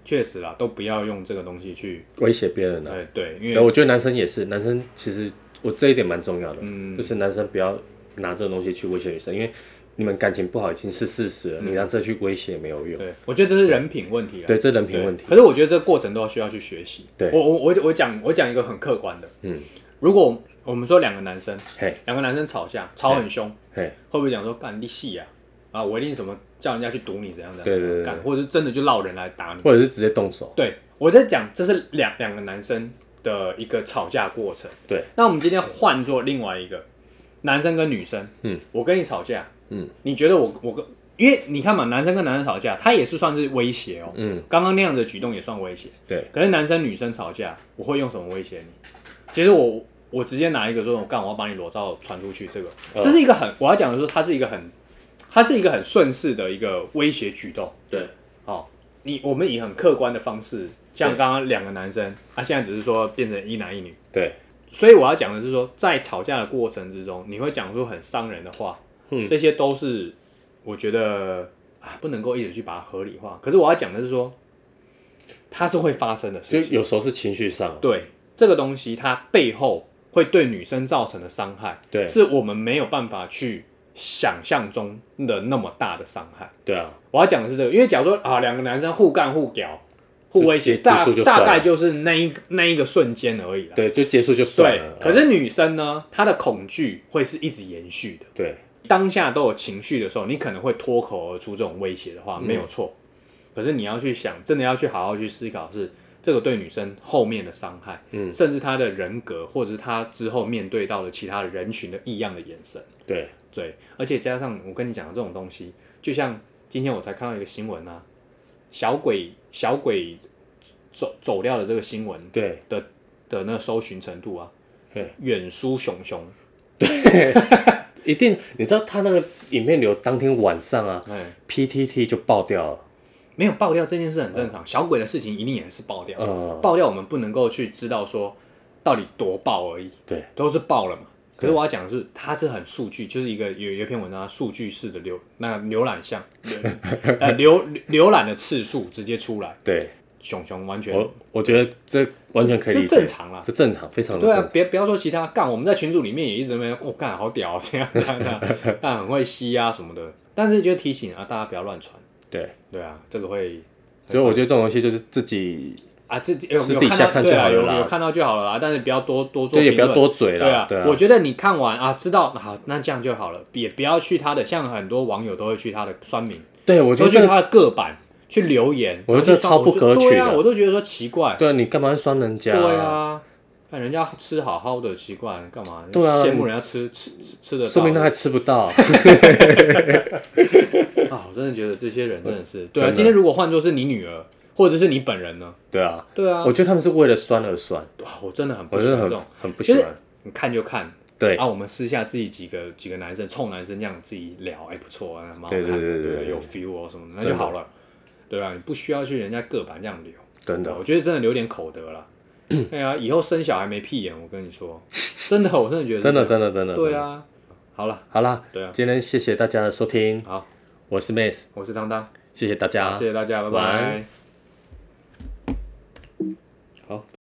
确实啦，都不要用这个东西去，威胁别人啊。呃，对，因为对，我觉得男生也是，男生其实我这一点蛮重要的，嗯就是男生不要拿这个东西去威胁女生，因为你们感情不好已经是事实了，你拿这去威胁没有用。对，我觉得这是人品问题啦。嗯对，这人品对问题。可是我觉得这个过程都需要去学习。对我我我我讲我讲一个很客观的，嗯，如果我们说两个男生，嘿，两个男生吵架，吵很凶，嘿，会不会讲说干你戏啊？啊，我一定什么叫人家去堵你怎样怎样？对对对干，或者是真的就闹人来打你。或者是直接动手。对，我在讲这是两两个男生的一个吵架过程。对，那我们今天换做另外一个男生跟女生，嗯，我跟你吵架，嗯，你觉得我我跟，因为你看嘛，男生跟男生吵架，他也是算是威胁哦，嗯，刚刚那样的举动也算威胁。对，可是男生女生吵架，我会用什么威胁你？其实我我直接拿一个说，我干，我要把你裸照传出去，这个、嗯这是一个很我要讲的说，它是一个很它是一个很顺势的一个威胁举动。对，哦，你我们以很客观的方式，像刚刚两个男生，啊，现在只是说变成一男一女，对，所以我要讲的是说，在吵架的过程之中，你会讲出很伤人的话，嗯这些都是我觉得啊不能够一直去把它合理化。可是我要讲的是说，它是会发生的就事情。有时候是情绪上。对这个东西，它背后会对女生造成的伤害，对，是我们没有办法去想象中的那么大的伤害。对啊，我要讲的是这个，因为假如说啊，两个男生互干互屌、互威胁，就结大束就算大了概就是那一那一个瞬间而已啦。对，就结束就算对了。，可啊是女生呢，她的恐惧会是一直延续的。对，当下都有情绪的时候，你可能会脱口而出这种威胁的嗯话，没有错。可是你要去想，真的要去好好去思考是，这个对女生后面的伤害，嗯甚至她的人格，或者是她之后面对到的其他人群的异样的眼神。对，对，而且加上我跟你讲的这种东西，就像今天我才看到一个新闻啊，小鬼小鬼走走掉的这个新闻对，的那个搜寻程度啊对，远输熊熊。一定，你知道他那个影片流当天晚上啊哎， ，PTT 就爆掉了。没有爆料这件事很正常，小鬼的事情一定也是爆掉。嗯，爆料我们不能够去知道说到底多爆而已，对，都是爆了嘛。可是对我要讲的是，它是很数据，就是一个有有一篇文章，它数据式的浏那浏览项，呃浏浏览的次数直接出来，对，熊熊完全我我觉得这完全哦可以这理正解，常啦。这正常，非常的对正啊常。，别不要说其他干，我们在群组里面也一直在那边，我、哦、干好屌、啊，这 样这样这样，干很会吸啊什么的。但是就提醒啊，大家不要乱传。对，对啊，这个会所以我觉得这种东西就是自己，啊，这有私有底看下到看对就啊好了有啦有看到就好了啊，但是不要多多做评论，就也不要多嘴对啊啦。。对啊我，觉得你看完啊，知道好、啊，那这样就好了，也不要去他的，像很多网友都会去他的酸民，对我觉都得这去个，他的个版去留言，我觉得这然后去酸超不可我就对啊，取的我都觉得说奇怪，对啊，你干嘛要酸人家？对，啊，看人家吃好好的，奇怪干嘛？对啊羡慕人家吃吃吃吃的，说明他还吃不到。啊，我真的觉得这些人真的是对啊。真的今天如果换作是你女儿，或者是你本人呢？对啊，对啊，我觉得他们是为了酸而酸，哇我真的很不我喜真的欢这种很，很不喜就欢。你看就看。对啊，我们私下自己几个几个男生，冲男生这样自己聊，哎，不错啊，蛮好看的，对对对对不对有 feel 哦什么的，那真就的好了，对啊，你不需要去人家个板这样聊，真对的啊，我觉得真的留点口德 啦。对啊，以后生小孩没屁眼，我跟你说，真的，我真的觉得真的，的，真的，真的。对真的。啊，好了，好啦，对啊，今天谢谢大家的收听，好，我是 Mace，我是当当，谢谢大家谢。谢大家，拜晚拜安。好。